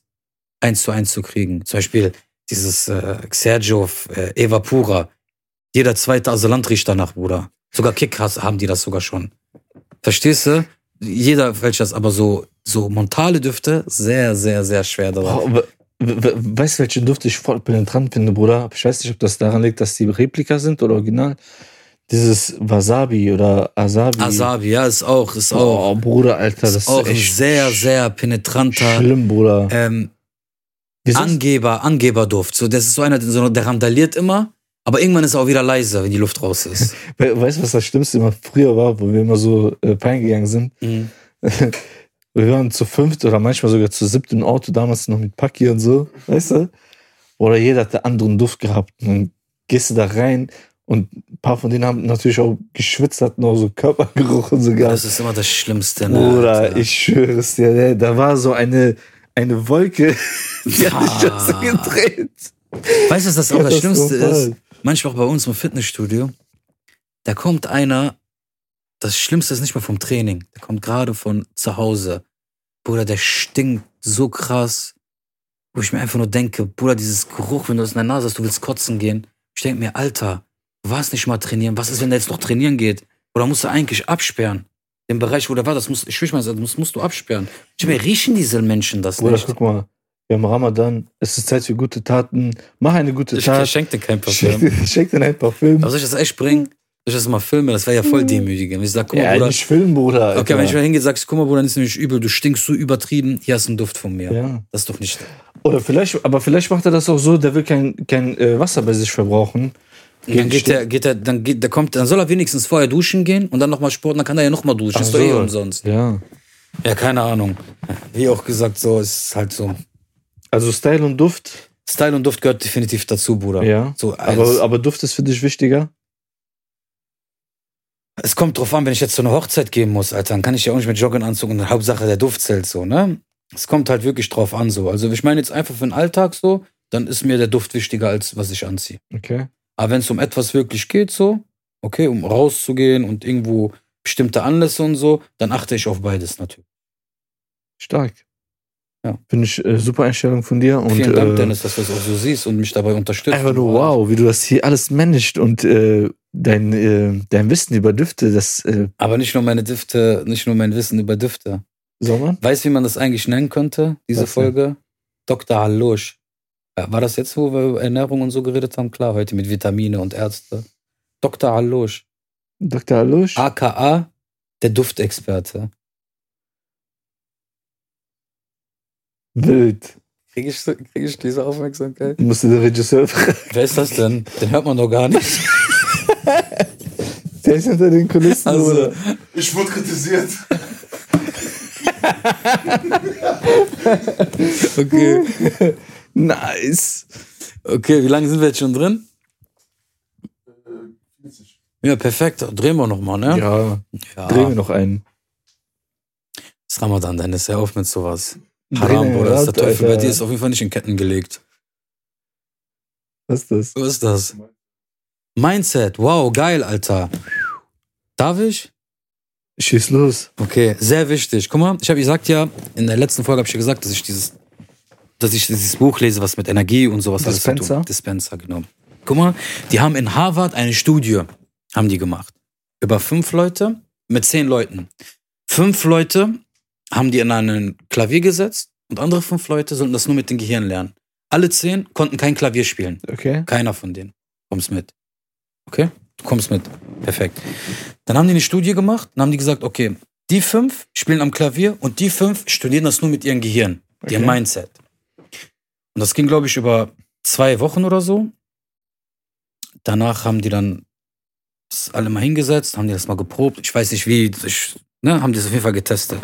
Speaker 1: eins zu eins zu kriegen. Zum Beispiel dieses äh, Sergio äh, Evapura. Jeder zweite Asylant riecht danach, Bruder. Sogar Kick has- haben die das sogar schon. Verstehst du? Jeder fälscht das, aber so, so montale Düfte, sehr, sehr, sehr schwer daran.
Speaker 2: Oh, we- we- weißt du, welchen Duft ich voll penetrant finde, Bruder? Ich weiß nicht, ob das daran liegt, dass die Replika sind oder original. Dieses Wasabi oder Asabi.
Speaker 1: Asabi, ja, ist auch, ist auch.
Speaker 2: Oh, Bruder, Alter, das
Speaker 1: ist auch
Speaker 2: ist
Speaker 1: ein
Speaker 2: echt
Speaker 1: sehr, sehr penetranter
Speaker 2: schlimm, Bruder.
Speaker 1: ähm,
Speaker 2: Wir sind-
Speaker 1: Angeber, Angeberduft. So, das ist so einer, der so- der randaliert immer, aber irgendwann ist er auch wieder leiser, wenn die Luft raus
Speaker 2: (laughs)
Speaker 1: ist.
Speaker 2: We- weißt du, was das Schlimmste immer früher war, wo wir immer so äh, pein gegangen sind?
Speaker 1: Mhm.
Speaker 2: Wir waren zu fünft oder manchmal sogar zu siebt im Auto, damals noch mit Paki und so, weißt du? Oder jeder hat einen anderen Duft gehabt. Und dann gehst du da rein und ein paar von denen haben natürlich auch geschwitzt, hatten auch so Körpergeruch und so gehabt.
Speaker 1: Das ist immer das Schlimmste. Ne,
Speaker 2: Bruder,
Speaker 1: Alter.
Speaker 2: ich schwöre es dir, ne, da war so eine, eine Wolke, (laughs) die hat sich das
Speaker 1: Ah.
Speaker 2: gedreht.
Speaker 1: Weißt du, was das
Speaker 2: (laughs)
Speaker 1: auch das Schlimmste ist?
Speaker 2: Katastrophal.
Speaker 1: Manchmal auch bei uns im Fitnessstudio, da kommt einer, das Schlimmste ist nicht mal vom Training, der kommt gerade von zu Hause. Bruder, der stinkt so krass, wo ich mir einfach nur denke, Bruder, dieses Geruch, wenn du das in der Nase hast, du willst kotzen gehen. Ich denke mir, Alter, du warst nicht mal trainieren, was ist, wenn der jetzt noch trainieren geht? Oder musst du eigentlich absperren? Den Bereich, wo der war, das musst, ich schwöre mal, das musst, musst du absperren. Ich meine, riechen diese Menschen das
Speaker 2: Bruder,
Speaker 1: nicht?
Speaker 2: guck mal, wir haben Ramadan, es ist Zeit für gute Taten, mach eine gute Tat.
Speaker 1: Ich schenke dir kein Parfüm.
Speaker 2: Schenk, (laughs) schenk dir ein paar Filme.
Speaker 1: Aber soll ich das echt bringen? Soll ich das mal filmen? Das wäre ja voll demütigend. Wenn ich sag, guck mal,
Speaker 2: Ja,
Speaker 1: Bruder.
Speaker 2: nicht Film, Bruder. Alter.
Speaker 1: Okay, wenn ich mal hingehe, sagst, guck mal, Bruder, das ist nämlich übel. Du stinkst so übertrieben. Hier hast du einen Duft von mir.
Speaker 2: ja.
Speaker 1: Das ist doch nicht.
Speaker 2: Oder vielleicht, aber vielleicht macht er das auch so, der will kein, kein äh, Wasser bei sich verbrauchen.
Speaker 1: Und dann geht
Speaker 2: Stin-
Speaker 1: der, geht der, dann geht, der kommt, dann soll er wenigstens vorher duschen gehen und dann nochmal Sport, dann kann er ja nochmal duschen. Ist doch eh
Speaker 2: so.
Speaker 1: umsonst.
Speaker 2: Ja.
Speaker 1: Ja, keine Ahnung. Wie auch gesagt, so ist halt so.
Speaker 2: Also Style und Duft,
Speaker 1: Style und Duft gehört definitiv dazu, Bruder.
Speaker 2: ja.
Speaker 1: So, als-
Speaker 2: aber, aber Duft ist für dich wichtiger.
Speaker 1: Es kommt drauf an, wenn ich jetzt zu einer Hochzeit gehen muss, Alter, dann kann ich ja auch nicht mit Jogginganzug und Hauptsache der Duft zählt so, ne? Es kommt halt wirklich drauf an so. Also ich meine jetzt einfach für den Alltag so, dann ist mir der Duft wichtiger als was ich anziehe.
Speaker 2: Okay.
Speaker 1: Aber wenn es um etwas wirklich geht so, okay, um rauszugehen und irgendwo bestimmte Anlässe und so, dann achte ich auf beides natürlich.
Speaker 2: Stark.
Speaker 1: Ja.
Speaker 2: Finde ich äh, super Einstellung von dir. Und,
Speaker 1: Vielen Dank,
Speaker 2: äh,
Speaker 1: Dennis, dass du es auch so siehst und mich dabei unterstützt.
Speaker 2: Einfach nur wow, wie du das hier alles managst und äh, dein, äh, dein Wissen über Düfte, das äh,
Speaker 1: Aber nicht nur meine Düfte, nicht nur mein Wissen über Düfte.
Speaker 2: soll man?
Speaker 1: Weißt du, wie man das eigentlich nennen könnte, diese
Speaker 2: Was denn?
Speaker 1: Folge? Dr. Hallusch. Ja, War das jetzt, wo wir über Ernährung und so geredet haben? Klar, heute mit Vitamine und Ärzte. Dr. Hallusch,
Speaker 2: Dr. Alusch?
Speaker 1: Ah. aka der Duftexperte.
Speaker 2: Wild.
Speaker 1: Kriege ich, krieg ich diese Aufmerksamkeit?
Speaker 2: Musst du den Regisseur (laughs) fragen.
Speaker 1: (laughs) Wer ist das denn? Den hört man doch gar nicht.
Speaker 2: Der ist hinter den Kulissen.
Speaker 1: Also,
Speaker 3: Ich wurde kritisiert.
Speaker 1: (laughs) okay.
Speaker 2: Nice.
Speaker 1: okay, wie lange sind wir jetzt schon drin?
Speaker 3: Äh,
Speaker 1: Ja, perfekt. Drehen wir nochmal, ne?
Speaker 2: Ja,
Speaker 1: Ja.
Speaker 2: drehen wir noch einen.
Speaker 1: Ist Ramadan, Dennis, hör auf mit sowas.
Speaker 2: Drehen
Speaker 1: Haram,
Speaker 2: wir
Speaker 1: Bruder, ist der
Speaker 2: Rad,
Speaker 1: Teufel bei
Speaker 2: Alter.
Speaker 1: dir ist auf jeden Fall nicht in Ketten gelegt.
Speaker 2: Was ist das?
Speaker 1: Was ist das? Mindset. Wow, geil, Alter. Darf ich?
Speaker 2: Schieß los.
Speaker 1: Okay, sehr wichtig. Guck mal, ich habe gesagt ja, in der letzten Folge habe ich ja gesagt, dass ich dieses dass ich dieses Buch lese, was mit Energie und sowas alles zu tun-
Speaker 2: Dispenser?
Speaker 1: Dispenser, genau. Guck mal, die haben in Harvard eine Studie, haben die gemacht. Über fünf Leute mit zehn Leuten. Fünf Leute haben die in einen Klavier gesetzt und andere fünf Leute sollten das nur mit dem Gehirn lernen. Alle zehn konnten kein Klavier spielen.
Speaker 2: Okay.
Speaker 1: Keiner von denen. Kommst mit. Okay? Du kommst mit. Perfekt. Dann haben die eine Studie gemacht und haben die gesagt, okay, die fünf spielen am Klavier und die fünf studieren das nur mit ihrem Gehirn, ihr
Speaker 2: Okay.
Speaker 1: Mindset. Und das ging, glaube ich, über zwei Wochen oder so. Danach haben die dann das alle mal hingesetzt, haben die das mal geprobt. Ich weiß nicht wie, ich, ne, haben die das auf jeden Fall getestet.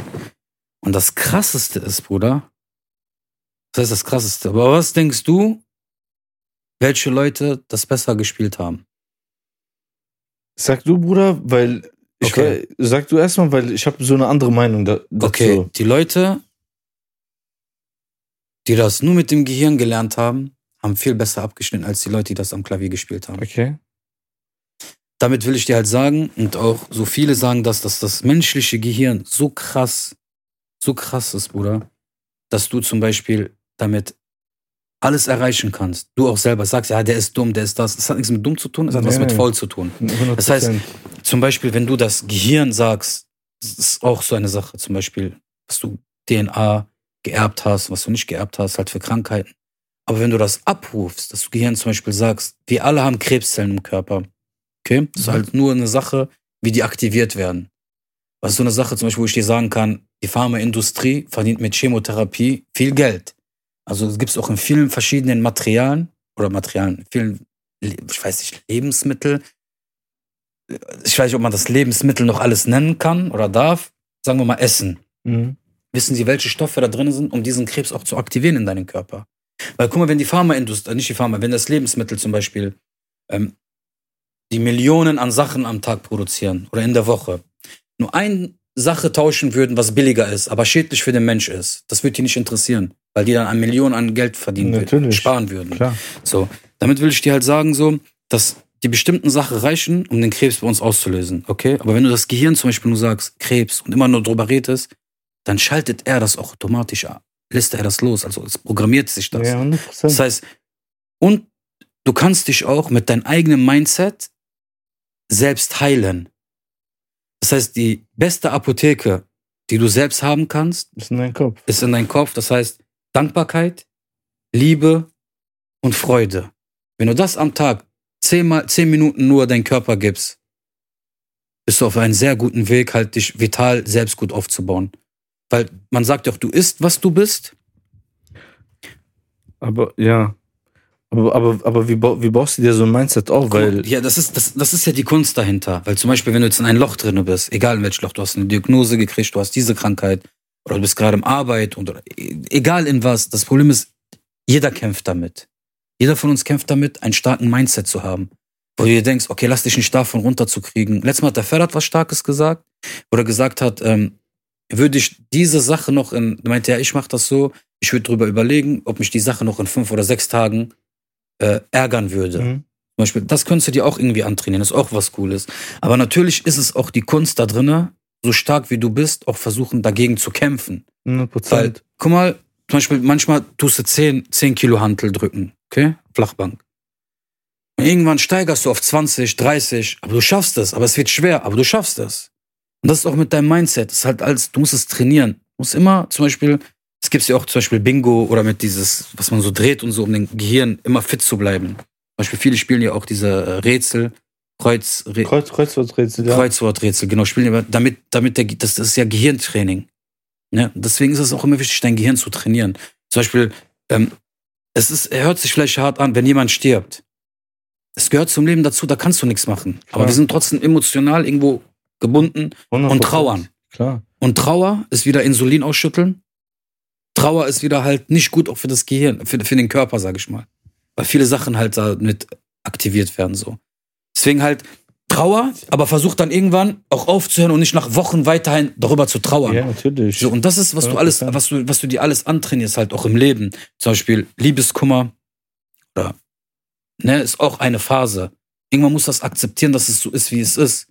Speaker 1: Und das Krasseste ist, Bruder, das heißt das Krasseste, aber was denkst du, welche Leute das besser gespielt haben?
Speaker 2: Sag du, Bruder, weil ich
Speaker 1: Okay.
Speaker 2: wei- sag du erstmal, weil ich habe so eine andere Meinung da, dazu.
Speaker 1: Okay, die Leute, die das nur mit dem Gehirn gelernt haben, haben viel besser abgeschnitten als die Leute, die das am Klavier gespielt haben.
Speaker 2: Okay.
Speaker 1: Damit will ich dir halt sagen, und auch so viele sagen das, dass das menschliche Gehirn so krass, so krass ist, Bruder, dass du zum Beispiel damit alles erreichen kannst. Du auch selber sagst, ja, der ist dumm, der ist das. Das hat nichts mit dumm zu tun, es hat was
Speaker 2: Nee,
Speaker 1: mit
Speaker 2: nee.
Speaker 1: faul zu tun.
Speaker 2: 100%.
Speaker 1: Das heißt, Zum Beispiel, wenn du das Gehirn sagst, das ist auch so eine Sache. Zum Beispiel, was du DNA geerbt hast, was du nicht geerbt hast, halt für Krankheiten. Aber wenn du das abrufst, dass du Gehirn zum Beispiel sagst, wir alle haben Krebszellen im Körper. Okay? Das ist
Speaker 2: Mhm.
Speaker 1: halt nur eine Sache, wie die aktiviert werden. Was ist so eine Sache, zum Beispiel, wo ich dir sagen kann, die Pharmaindustrie verdient mit Chemotherapie viel Geld. Also es gibt es auch in vielen verschiedenen Materialien oder Materialien, vielen, Le- ich weiß nicht, Lebensmittel, ich weiß nicht, ob man das Lebensmittel noch alles nennen kann oder darf. Sagen wir mal Essen.
Speaker 2: Mhm.
Speaker 1: Wissen Sie, welche Stoffe da drin sind, um diesen Krebs auch zu aktivieren in deinem Körper? Weil guck mal, wenn die Pharmaindustrie, äh, nicht die Pharma, wenn das Lebensmittel zum Beispiel, ähm, die Millionen an Sachen am Tag produzieren oder in der Woche, nur eine Sache tauschen würden, was billiger ist, aber schädlich für den Mensch ist, das würde die nicht interessieren, weil die dann an Millionen an Geld verdienen würden,
Speaker 2: Natürlich.
Speaker 1: sparen würden.
Speaker 2: Klar.
Speaker 1: So, damit will ich dir halt sagen, so, dass die bestimmten Sachen reichen, um den Krebs bei uns auszulösen, okay? Aber wenn du das Gehirn zum Beispiel nur sagst, Krebs und immer nur drüber redest, dann schaltet er das auch automatisch ab. Lässt er das los, also es programmiert sich das.
Speaker 2: ja, 100%.
Speaker 1: Das heißt, und du kannst dich auch mit deinem eigenen Mindset selbst heilen. Das heißt, die beste Apotheke, die du selbst haben kannst,
Speaker 2: das ist in deinem Kopf.
Speaker 1: ist in deinem Kopf. Das heißt, Dankbarkeit, Liebe und Freude. Wenn du das am Tag zehnmal, zehn Minuten nur deinen Körper gibst, bist du auf einem sehr guten Weg, halt dich vital selbst gut aufzubauen. Weil man sagt ja auch, du isst, was du bist.
Speaker 2: Aber ja. Aber, aber, aber wie, bau- wie baust du dir so ein Mindset auf? Weil
Speaker 1: ja, das ist, das, das ist ja die Kunst dahinter. Weil zum Beispiel, wenn du jetzt in ein Loch drin bist, egal in welches Loch, du hast eine Diagnose gekriegt, du hast diese Krankheit oder du bist gerade im Arbeit und oder, e- egal in was, das Problem ist, jeder kämpft damit. Jeder von uns kämpft damit, einen starken Mindset zu haben. Wo du dir denkst, okay, lass dich nicht davon runterzukriegen. Letztes Mal hat der Ferrat was Starkes gesagt, wo er gesagt hat, ähm, würde ich diese Sache noch in, meinte er, ich mache das so, ich würde drüber überlegen, ob mich die Sache noch in fünf oder sechs Tagen äh, ärgern würde.
Speaker 2: Mhm.
Speaker 1: Zum Beispiel, das könntest du dir auch irgendwie antrainieren, das ist auch was Cooles. Aber natürlich ist es auch die Kunst da drinne, so stark wie du bist, auch versuchen, dagegen zu kämpfen.
Speaker 2: 100%.
Speaker 1: Weil, guck mal, zum Beispiel, manchmal tust du 10, 10 Kilo Hantel drücken, okay? Flachbank. Und irgendwann steigerst du auf 20, 30, aber du schaffst es, aber es wird schwer, aber du schaffst es. Und das ist auch mit deinem Mindset. Das ist halt alles, du musst es trainieren. Du musst immer zum Beispiel, es gibt ja auch zum Beispiel Bingo oder mit dieses, was man so dreht und so, um den Gehirn immer fit zu bleiben. Zum Beispiel, viele spielen ja auch diese äh, Rätsel, Kreuz, Re
Speaker 2: Kreuz, Kreuzworträtsel, ja.
Speaker 1: Kreuzworträtsel, genau, spielen, aber damit, damit der, das, das ist ja Gehirntraining. Ne? Deswegen ist es auch immer wichtig, dein Gehirn zu trainieren. Zum Beispiel, ähm, es ist, er hört sich vielleicht hart an, wenn jemand stirbt. Es gehört zum Leben dazu, da kannst du nichts machen. Aber
Speaker 2: Klar.
Speaker 1: wir sind trotzdem emotional irgendwo gebunden
Speaker 2: 100%.
Speaker 1: und trauern.
Speaker 2: Klar.
Speaker 1: Und Trauer ist wieder Insulin ausschütteln. Trauer ist wieder halt nicht gut auch für das Gehirn, für, für den Körper, sage ich mal. Weil viele Sachen halt damit aktiviert werden so. Deswegen halt Trauer, aber versuch dann irgendwann auch aufzuhören und nicht nach Wochen weiterhin darüber zu trauern.
Speaker 2: Ja, natürlich.
Speaker 1: So, und das ist, was du alles,
Speaker 2: 100%.
Speaker 1: was du, was du dir alles antrainierst, halt auch im Leben. Zum Beispiel Liebeskummer oder ne, ist auch eine Phase. Irgendwann muss das akzeptieren, dass es so ist, wie es ist.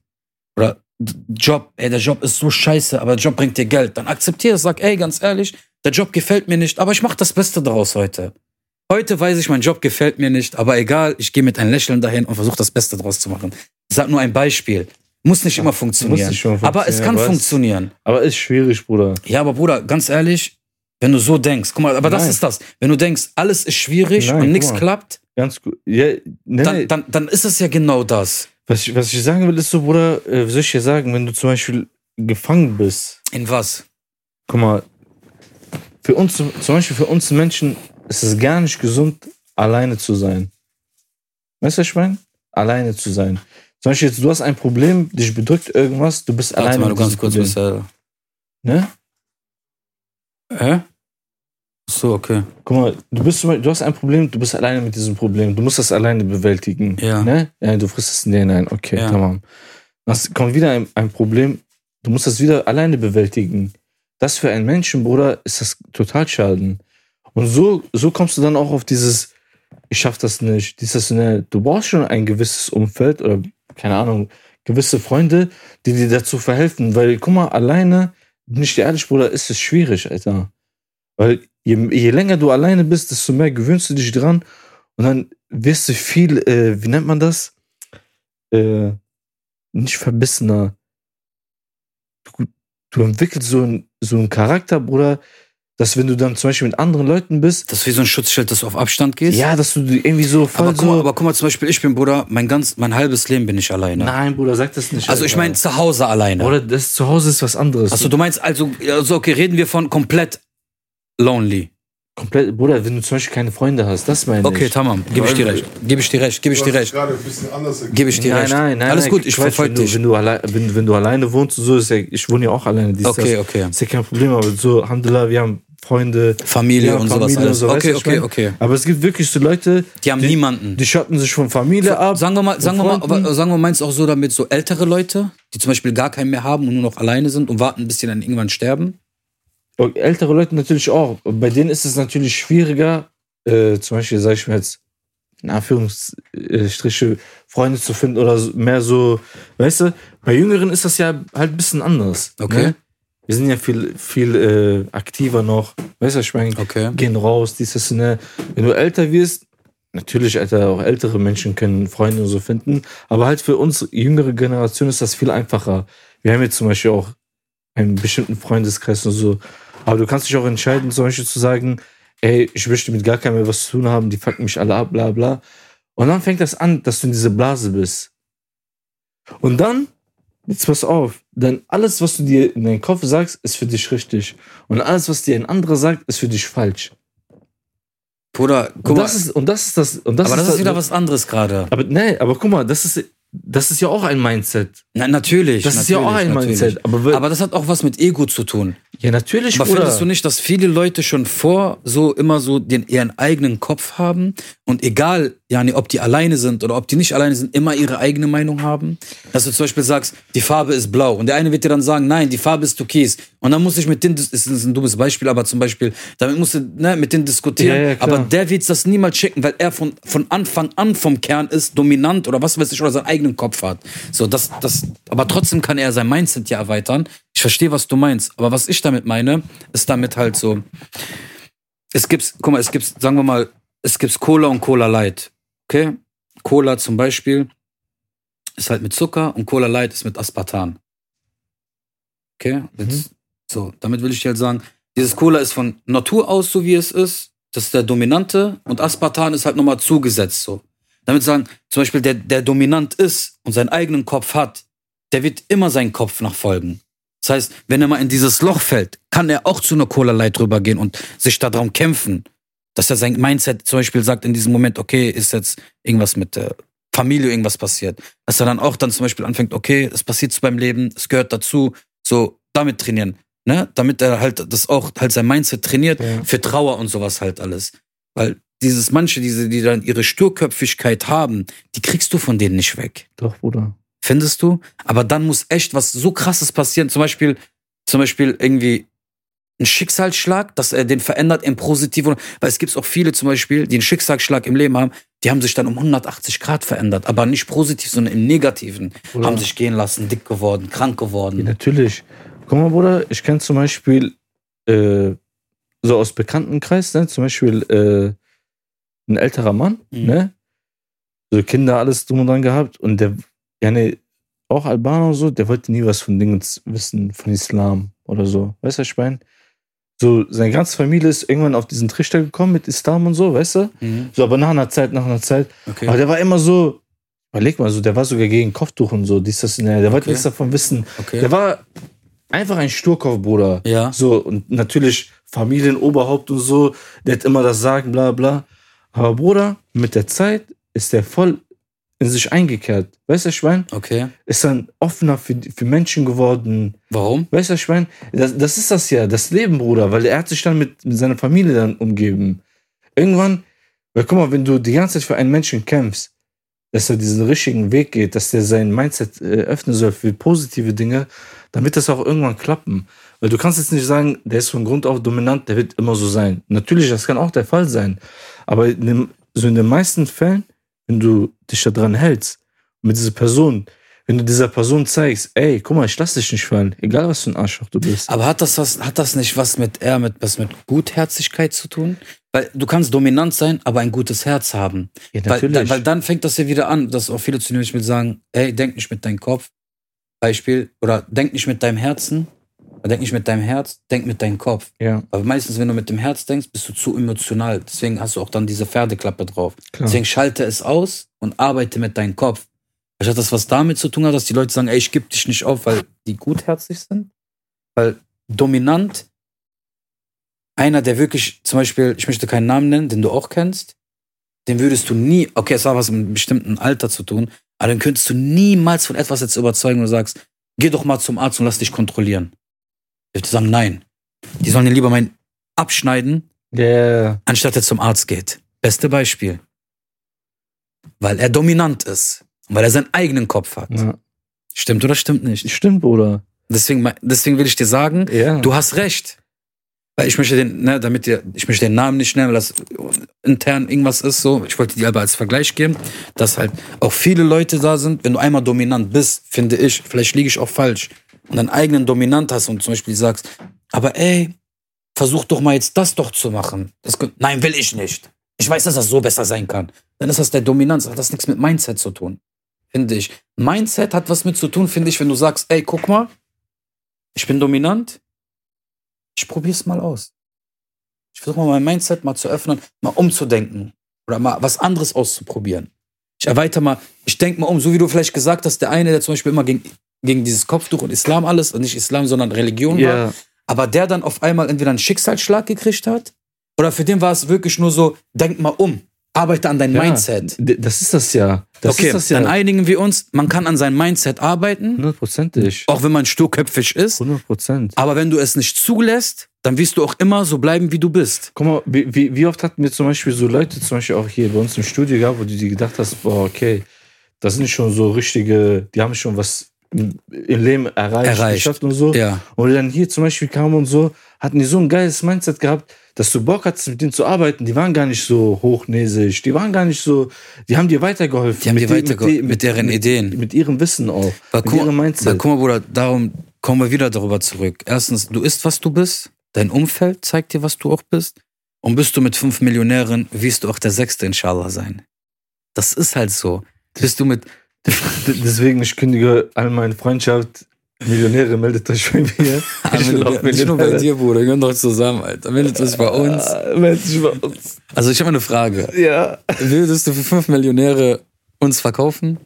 Speaker 1: Oder D- Job, ey, der Job ist so scheiße, aber der Job bringt dir Geld. Dann akzeptiere es, sag, ey, ganz ehrlich, der Job gefällt mir nicht, aber ich mache das Beste daraus heute. Heute weiß ich, mein Job gefällt mir nicht, aber egal, ich gehe mit einem Lächeln dahin und versuche das Beste daraus zu machen. Ich sag nur ein Beispiel. Muss nicht immer funktionieren.
Speaker 2: nicht immer
Speaker 1: aber es
Speaker 2: funktionieren,
Speaker 1: kann
Speaker 2: aber es-
Speaker 1: funktionieren.
Speaker 2: Aber ist schwierig, Bruder.
Speaker 1: Ja, aber Bruder, ganz ehrlich, wenn du so denkst, guck mal, aber das
Speaker 2: Nein.
Speaker 1: ist das. Wenn du denkst, alles ist schwierig
Speaker 2: Nein,
Speaker 1: und
Speaker 2: guck
Speaker 1: nichts
Speaker 2: mal.
Speaker 1: klappt,
Speaker 2: Ganz gut. Ja, nee,
Speaker 1: dann,
Speaker 2: nee.
Speaker 1: dann, dann ist es ja genau das.
Speaker 2: Was, ich, was ich sagen will, ist so, Bruder, äh, wie soll ich dir sagen, wenn du zum Beispiel gefangen bist,
Speaker 1: In was?
Speaker 2: guck mal, für uns, zum Beispiel für uns Menschen ist es gar nicht gesund, alleine zu sein. Weißt du, was ich meine? Alleine zu sein. Zum Beispiel jetzt, du hast ein Problem, dich bedrückt irgendwas, du bist
Speaker 1: Warte
Speaker 2: alleine.
Speaker 1: mal, du
Speaker 2: mit
Speaker 1: ganz
Speaker 2: diesem
Speaker 1: kurz
Speaker 2: Problem,
Speaker 1: bist. Äh,
Speaker 2: ne?
Speaker 1: hä? So, okay.
Speaker 2: Guck mal, du, bist, zum Beispiel- du hast ein Problem, du bist alleine mit diesem Problem. Du musst das alleine bewältigen.
Speaker 1: Ja.
Speaker 2: Ne? ja du frisst es in dir hinein. Okay,
Speaker 1: Ja.
Speaker 2: tamam. Das kommt wieder ein, ein Problem. Du musst das wieder alleine bewältigen. Das für einen Menschen, Bruder, ist das total schaden. Und so, so kommst du dann auch auf dieses, ich schaff das nicht, dieses, ne, du brauchst schon ein gewisses Umfeld oder, keine Ahnung, gewisse Freunde, die dir dazu verhelfen. Weil, guck mal, alleine, bin ich dir ehrlich, Bruder, ist es schwierig, Alter. Weil je, je länger du alleine bist, desto mehr gewöhnst du dich dran und dann wirst du viel, äh, wie nennt man das? Äh, nicht verbissener. Du, du entwickelst so, ein, so einen Charakter, Bruder, dass wenn du dann zum Beispiel mit anderen Leuten bist,
Speaker 1: Das ist wie so ein Schutzschild, das auf Abstand geht.
Speaker 2: ja, dass du irgendwie so voll
Speaker 1: aber, guck
Speaker 2: so.
Speaker 1: mal, aber guck mal, zum Beispiel, ich bin Bruder, mein ganz, mein halbes Leben bin ich alleine.
Speaker 2: nein, Bruder, sag das nicht.
Speaker 1: also ich
Speaker 2: Alter.
Speaker 1: meine zu Hause alleine.
Speaker 2: Bruder, das zu Hause ist was anderes.
Speaker 1: Also du meinst also, also okay, reden wir von komplett lonely.
Speaker 2: komplett, Bruder, wenn du zum Beispiel keine Freunde hast, das meine
Speaker 1: Okay,
Speaker 2: ich.
Speaker 1: tamam, gebe ich dir recht. Gebe ich dir recht, gebe ich
Speaker 4: Du
Speaker 1: dir
Speaker 4: hast es
Speaker 1: recht.
Speaker 4: gerade ein bisschen anders erklärt.
Speaker 1: Gebe ich dir
Speaker 2: nein,
Speaker 1: recht.
Speaker 2: nein, nein.
Speaker 1: Alles
Speaker 2: nein,
Speaker 1: gut, ich
Speaker 2: Quatsch,
Speaker 1: verfolge
Speaker 2: wenn du,
Speaker 1: dich.
Speaker 2: Wenn du, allein, wenn, wenn du alleine wohnst und so, ist ja, ich wohne ja auch alleine. dies,
Speaker 1: Okay,
Speaker 2: das.
Speaker 1: okay.
Speaker 2: Ist ja kein Problem, aber so, Alhamdulillah, wir haben Freunde.
Speaker 1: Familie
Speaker 2: Ja,
Speaker 1: und sowas
Speaker 2: Familie und
Speaker 1: alles.
Speaker 2: so, weißt
Speaker 1: okay,
Speaker 2: du, ich
Speaker 1: okay,
Speaker 2: mein-
Speaker 1: okay.
Speaker 2: Aber es gibt wirklich so Leute,
Speaker 1: Die haben niemanden.
Speaker 2: die schotten sich von Familie ab.
Speaker 1: Sagen wir mal, sagen wir mal,
Speaker 2: Freunden.
Speaker 1: aber sagen wir meinst auch so damit so ältere Leute, die zum Beispiel gar keinen mehr haben und nur noch alleine sind und warten, bis die dann irgendwann sterben.
Speaker 2: Und Ältere Leute natürlich auch. Und Bei denen ist es natürlich schwieriger, äh, zum Beispiel, sag ich mir jetzt, in Anführungsstriche, Freunde zu finden oder so- mehr so, weißt du, bei Jüngeren ist das ja halt ein bisschen anders.
Speaker 1: Okay.
Speaker 2: Ne? Wir sind ja viel, viel äh, aktiver noch. Weißt du, ich meine,
Speaker 1: Okay.
Speaker 2: gehen raus, dies, das, ne. Wenn du älter wirst, natürlich, Alter, auch ältere Menschen können Freunde und so finden, aber halt für uns jüngere Generation ist das viel einfacher. Wir haben jetzt zum Beispiel auch einen bestimmten Freundeskreis und so. Aber du kannst dich auch entscheiden, zum Beispiel zu sagen, ey, ich möchte mit gar keinem mehr was zu tun haben, die fucken mich alle ab, bla bla. Und dann fängt das an, dass du in diese Blase bist. Und dann, jetzt pass auf, dann alles, was du dir in deinen Kopf sagst, ist für dich richtig. Und alles, was dir ein anderer sagt, ist für dich falsch.
Speaker 1: Bruder, guck
Speaker 2: und,
Speaker 1: mal,
Speaker 2: das ist, und das ist das. Und
Speaker 1: aber
Speaker 2: das ist halt
Speaker 1: das ist wieder was anderes gerade.
Speaker 2: Aber nee, aber guck mal, das ist, das ist ja auch ein Mindset.
Speaker 1: Na, natürlich.
Speaker 2: Das
Speaker 1: natürlich,
Speaker 2: ist ja auch ein
Speaker 1: natürlich.
Speaker 2: Mindset. Aber, wir-
Speaker 1: Aber das hat auch was mit Ego zu tun.
Speaker 2: ja, natürlich,
Speaker 1: Aber
Speaker 2: Bruder.
Speaker 1: findest du nicht, dass viele Leute schon vor so immer so den ihren eigenen Kopf haben und egal, Jani, ob die alleine sind oder ob die nicht alleine sind, immer ihre eigene Meinung haben? Dass du zum Beispiel sagst, die Farbe ist blau und der eine wird dir dann sagen, nein, die Farbe ist türkis und dann muss ich mit dem, das ist ein dummes Beispiel, aber zum Beispiel, damit musst du ne, mit dem diskutieren,
Speaker 2: Ja, ja, klar.
Speaker 1: aber der wird das niemals checken, weil er von, von Anfang an vom Kern ist, dominant oder was weiß ich, oder seinen eigenen Kopf hat. So, das, das, aber trotzdem kann er sein Mindset ja erweitern. Ich verstehe, was du meinst. Aber was ich damit meine, ist damit halt so. Es gibt, guck mal, es gibt, sagen wir mal, es gibt Cola und Cola Light. Okay? Cola zum Beispiel ist halt mit Zucker und Cola Light ist mit Aspartan. Okay?
Speaker 2: Mhm.
Speaker 1: Jetzt, So, damit will ich dir halt sagen, dieses Cola ist von Natur aus so, wie es ist. Das ist der Dominante und Aspartan ist halt nochmal zugesetzt so. Damit sagen, zum Beispiel, der, der dominant ist und seinen eigenen Kopf hat, der wird immer seinen Kopf nachfolgen. Das heißt, wenn er mal in dieses Loch fällt, kann er auch zu einer Cola Light rübergehen und sich darum kämpfen. Dass er sein Mindset zum Beispiel sagt in diesem Moment, okay, ist jetzt irgendwas mit äh, Familie irgendwas passiert. Dass er dann auch dann zum Beispiel anfängt, okay, es passiert so beim Leben, es gehört dazu, so damit trainieren. Ne? Damit er halt das auch, halt sein Mindset trainiert für Trauer und sowas halt alles. Weil dieses manche, diese, die dann ihre Sturköpfigkeit haben, die kriegst du von denen nicht weg.
Speaker 2: Doch, Bruder.
Speaker 1: Findest du? Aber dann muss echt was so krasses passieren. Zum Beispiel, zum Beispiel irgendwie ein Schicksalsschlag, dass er den verändert im Positiven. Weil es gibt auch viele zum Beispiel, die einen Schicksalsschlag im Leben haben, die haben sich dann um 180 Grad verändert. Aber nicht positiv, sondern im Negativen.
Speaker 2: Oder-
Speaker 1: Haben sich gehen lassen, dick geworden, krank geworden.
Speaker 2: Ja, natürlich. Guck mal, Bruder, ich kenne zum Beispiel äh, so aus Bekanntenkreis, ne? zum Beispiel äh, ein älterer Mann,
Speaker 1: Mhm.
Speaker 2: ne? so Kinder, alles drum und dran gehabt und der, ja, ne, auch Albaner und so, der wollte nie was von Dingens wissen, von Islam oder so. Weißt du, was ich meine? So, seine ganze Familie ist irgendwann auf diesen Trichter gekommen mit Islam und so, weißt du?
Speaker 1: Mhm.
Speaker 2: So, aber nach einer Zeit, nach einer Zeit.
Speaker 1: Okay.
Speaker 2: Aber der war immer so, überleg mal so, der war sogar gegen Kopftuch und so, dies, das, ne, der wollte
Speaker 1: Okay.
Speaker 2: nichts davon wissen.
Speaker 1: okay.
Speaker 2: Der war einfach ein Sturkopf, Bruder.
Speaker 1: Ja.
Speaker 2: So, und natürlich Familienoberhaupt und so, der hat immer das Sagen, bla bla. Aber Bruder, mit der Zeit ist der voll in sich eingekehrt. Weißt du, Schwein?
Speaker 1: Okay.
Speaker 2: Ist dann offener für, für Menschen geworden.
Speaker 1: Warum?
Speaker 2: Weißt du, Schwein? Das, das ist das ja, das Leben, Bruder, weil er hat sich dann mit, mit seiner Familie dann umgeben. Irgendwann, weil guck mal, wenn du die ganze Zeit für einen Menschen kämpfst, dass er diesen richtigen Weg geht, dass der sein Mindset äh, öffnen soll für positive Dinge, dann wird das auch irgendwann klappen. Weil du kannst jetzt nicht sagen, der ist von Grund auf dominant, der wird immer so sein. Natürlich, das kann auch der Fall sein. Aber in dem, so in den meisten Fällen, wenn du dich daran hältst, mit dieser Person, wenn du dieser Person zeigst, ey, guck mal, ich lass dich nicht fallen, egal was für ein Arschloch du bist.
Speaker 1: Aber hat das was, hat das nicht was mit eher mit was mit Gutherzigkeit zu tun? Weil du kannst dominant sein, aber ein gutes Herz haben.
Speaker 2: ja,
Speaker 1: Weil, da, weil dann fängt das ja wieder an, dass auch viele zu nämlich mit sagen, ey, denk nicht mit deinem Kopf. Beispiel, oder denk nicht mit deinem Herzen, oder denk nicht mit deinem Herz, denk mit deinem Kopf.
Speaker 2: ja,
Speaker 1: Aber meistens, wenn du mit dem Herz denkst, bist du zu emotional. Deswegen hast du auch dann diese Pferdeklappe drauf.
Speaker 2: klar.
Speaker 1: Deswegen schalte es aus und arbeite mit deinem Kopf. Vielleicht hat das was damit zu tun, hat, dass die Leute sagen, ey, ich geb dich nicht auf, weil die gutherzig sind. Weil dominant, einer, der wirklich, zum Beispiel, ich möchte keinen Namen nennen, den du auch kennst, den würdest du nie, okay, es hat was mit einem bestimmten Alter zu tun, aber den könntest du niemals von etwas jetzt überzeugen und sagst, geh doch mal zum Arzt und lass dich kontrollieren. Die Leute sagen, nein. Die sollen dir lieber mein abschneiden,
Speaker 2: Ja, ja, ja.
Speaker 1: anstatt er zum Arzt geht. Beste Beispiel. Weil er dominant ist. Und weil er seinen eigenen Kopf hat.
Speaker 2: ja.
Speaker 1: Stimmt oder stimmt nicht?
Speaker 2: Stimmt, Bruder.
Speaker 1: Deswegen, mein- deswegen will ich dir sagen,
Speaker 2: Ja.
Speaker 1: du hast recht. Weil ich möchte den, ne, damit ihr, ich möchte den Namen nicht nennen, weil das intern irgendwas ist so. Ich wollte die aber als Vergleich geben, dass halt auch viele Leute da sind. Wenn du einmal dominant bist, finde ich, vielleicht liege ich auch falsch, und deinen eigenen dominant hast und zum Beispiel sagst, aber ey, versuch doch mal jetzt das doch zu machen. Das, könnt- nein, will ich nicht. Ich weiß, dass das so besser sein kann. Dann ist das der Dominanz, hat das nichts mit Mindset zu tun, finde ich. Mindset hat was mit zu tun, finde ich, wenn du sagst, ey, guck mal, ich bin dominant, ich probier's mal aus. Ich versuche mal mein Mindset mal zu öffnen, mal umzudenken oder mal was anderes auszuprobieren. Ich erweitere mal, ich denke mal um, so wie du vielleicht gesagt hast, der eine, der zum Beispiel immer gegen, gegen dieses Kopftuch und Islam alles, und nicht Islam, sondern Religion war,
Speaker 2: ja.
Speaker 1: aber der dann auf einmal entweder einen Schicksalsschlag gekriegt hat, oder für den war es wirklich nur so, denk mal um, arbeite an dein
Speaker 2: Ja.
Speaker 1: Mindset.
Speaker 2: D- Das ist das ja. Das
Speaker 1: okay,
Speaker 2: ist das ja.
Speaker 1: dann einigen wir uns, man kann an seinem Mindset arbeiten,
Speaker 2: Hundertprozentig.
Speaker 1: auch wenn man sturköpfig ist,
Speaker 2: Hundertprozent.
Speaker 1: aber wenn du es nicht zulässt, dann wirst du auch immer so bleiben, wie du bist.
Speaker 2: Guck mal, wie, wie, wie oft hatten wir zum Beispiel so Leute, zum Beispiel auch hier bei uns im Studio gehabt, wo du dir gedacht hast, boah, okay, das sind schon so richtige, die haben schon was im im Leben erreicht,
Speaker 1: Erreicht.
Speaker 2: geschafft und so.
Speaker 1: Ja,
Speaker 2: Oder dann hier zum Beispiel kamen und so, hatten die so ein geiles Mindset gehabt, dass du Bock hattest, mit denen zu arbeiten. Die waren gar nicht so hochnäsig, die waren gar nicht so, die haben dir weitergeholfen.
Speaker 1: die haben dir
Speaker 2: die-
Speaker 1: weitergeholfen
Speaker 2: die-
Speaker 1: mit, deren Ideen.
Speaker 2: Mit ihrem Wissen auch.
Speaker 1: Weil
Speaker 2: mit
Speaker 1: guck,
Speaker 2: ihrem
Speaker 1: weil
Speaker 2: Mindset.
Speaker 1: guck mal, Bruder, darum kommen wir wieder darüber zurück. Erstens, du isst, was du bist. Dein Umfeld zeigt dir, was du auch bist. Und bist du mit fünf Millionären, wirst du auch der Sechste, inshallah, sein. Das ist halt so. Bist du mit.
Speaker 2: D- Deswegen, ich kündige all meine Freundschaft. Millionäre, meldet
Speaker 1: (laughs)
Speaker 2: euch bei mir. Ich will auch Millionär werden.
Speaker 1: dir, Bruder. Gönnt euch zusammen, Alter. Meldet euch bei uns.
Speaker 2: Ah, meldet sich bei uns.
Speaker 1: Also, ich habe eine Frage.
Speaker 2: Ja.
Speaker 1: Würdest du für fünf Millionäre uns verkaufen?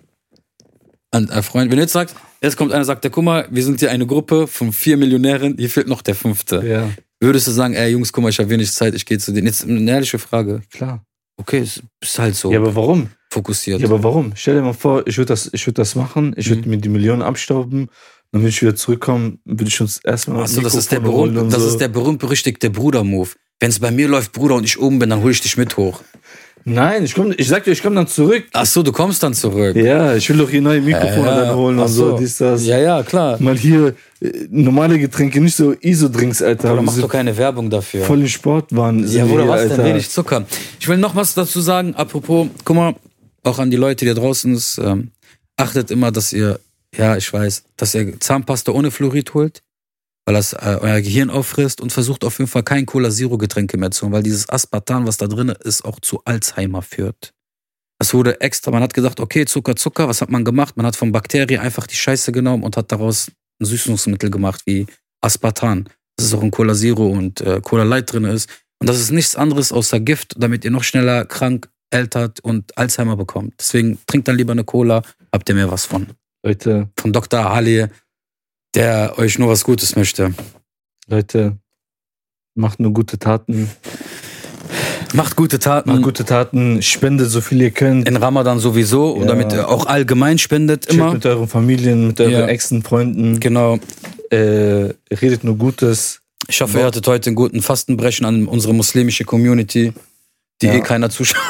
Speaker 1: An einen Freund. Wenn du jetzt sagst, jetzt kommt einer, sagt, der, guck mal, wir sind hier eine Gruppe von vier Millionären, hier fehlt noch der Fünfte.
Speaker 2: Ja,
Speaker 1: Würdest du sagen, ey Jungs, guck mal, ich habe wenig Zeit, ich gehe zu denen. Jetzt eine ehrliche Frage.
Speaker 2: klar.
Speaker 1: Okay, es ist halt so
Speaker 2: Ja, aber warum?
Speaker 1: fokussiert.
Speaker 2: Ja, aber warum? Stell dir mal vor, ich würde das, ich würd das machen, ich
Speaker 1: Mhm.
Speaker 2: würde mir die Millionen abstauben, dann würde ich wieder zurückkommen, würde ich uns erstmal
Speaker 1: Achso, das ist der
Speaker 2: Mikrofone holen
Speaker 1: berühmt,
Speaker 2: und
Speaker 1: das
Speaker 2: so.
Speaker 1: ist der berühmt berüchtigte Bruder-Move. Wenn es bei mir läuft, Bruder, und ich oben bin, dann hole ich dich mit hoch.
Speaker 2: Nein, ich, komm, ich sag dir, ich komme dann zurück.
Speaker 1: Achso, du kommst dann zurück.
Speaker 2: Ja, ich will doch hier neue Mikrofone
Speaker 1: Ja,
Speaker 2: dann holen
Speaker 1: ach
Speaker 2: und so, dies, das.
Speaker 1: Ja, ja, klar.
Speaker 2: Mal hier äh, normale Getränke, nicht so ISO-Drinks, Alter.
Speaker 1: Oder
Speaker 2: Wir
Speaker 1: mach
Speaker 2: sind
Speaker 1: doch keine Werbung dafür.
Speaker 2: voll im Sport waren.
Speaker 1: ja, Bruder, was denn? Wenig Zucker. Ich will noch was dazu sagen, apropos, guck mal, auch an die Leute, die da draußen ist, ähm, achtet immer, dass ihr, ja, ich weiß, dass ihr Zahnpasta ohne Fluorid holt. weil das äh, euer Gehirn auffrisst und versucht auf jeden Fall kein Cola Zero Getränke mehr zu holen, weil dieses Aspartan, was da drin ist, auch zu Alzheimer führt. Das wurde extra, man hat gesagt, okay, Zucker, Zucker, was hat man gemacht? Man hat von Bakterien einfach die Scheiße genommen und hat daraus ein Süßungsmittel gemacht, wie Aspartan. Das ist auch in Cola Zero und äh, Cola Light drin ist. Und das ist nichts anderes außer Gift, damit ihr noch schneller krank, ältert und Alzheimer bekommt. Deswegen trinkt dann lieber eine Cola, habt ihr mehr was von.
Speaker 2: Leute,
Speaker 1: Von Dr. Ali, der euch nur was Gutes möchte.
Speaker 2: Leute, macht nur gute Taten.
Speaker 1: Macht gute Taten.
Speaker 2: Macht gute Taten, spendet so viel ihr könnt.
Speaker 1: In Ramadan sowieso und
Speaker 2: Ja.
Speaker 1: damit ihr auch allgemein spendet
Speaker 2: Chillt
Speaker 1: immer.
Speaker 2: mit euren Familien, mit euren
Speaker 1: Ja.
Speaker 2: Exen, Freunden.
Speaker 1: Genau.
Speaker 2: Äh, redet nur Gutes.
Speaker 1: Ich hoffe, ihr hattet heute einen guten Fastenbrechen an unsere muslimische Community, die eh keiner zuschaut.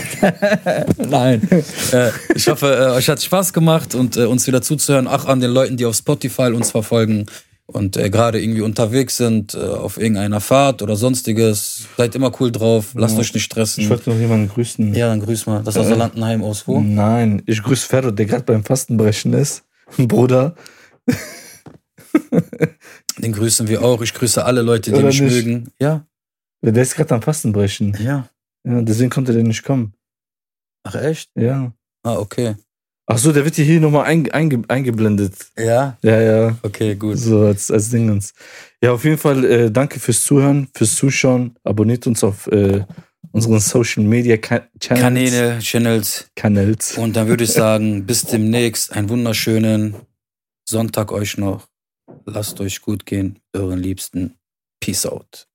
Speaker 1: (laughs) Nein. äh, ich hoffe, äh, euch hat Spaß gemacht und äh, uns wieder zuzuhören. Ach, an den Leuten, die auf Spotify uns verfolgen und äh, gerade irgendwie unterwegs sind, äh, auf irgendeiner Fahrt oder sonstiges. Seid immer cool drauf, lasst euch nicht
Speaker 2: Ich
Speaker 1: stressen. Äh,
Speaker 2: wollte noch jemanden grüßen.
Speaker 1: Ja, dann grüß mal. Das war Salantenheim aus wo?
Speaker 2: Nein, ich grüße Ferro, der gerade beim Fastenbrechen ist. (laughs) Bruder.
Speaker 1: Den grüßen wir auch. Ich grüße alle Leute, die
Speaker 2: Oder
Speaker 1: mich
Speaker 2: nicht?
Speaker 1: mögen. Ja,
Speaker 2: Der ist gerade am Fastenbrechen.
Speaker 1: ja.
Speaker 2: Ja, deswegen konnte der nicht kommen.
Speaker 1: Ach echt?
Speaker 2: Ja.
Speaker 1: Ah, okay.
Speaker 2: Ach so, der wird hier nochmal einge einge eingeblendet.
Speaker 1: Ja.
Speaker 2: Ja, ja.
Speaker 1: Okay, gut.
Speaker 2: So als, als Dingens. Ja, auf jeden Fall äh, danke fürs Zuhören, fürs Zuschauen. Abonniert uns auf äh, unseren Social Media Ka Channels.
Speaker 1: Kanäle, Channels.
Speaker 2: Kanäls.
Speaker 1: Und dann würde ich sagen, bis demnächst. Einen wunderschönen Sonntag euch noch. Lasst euch gut gehen, euren Liebsten. Peace out.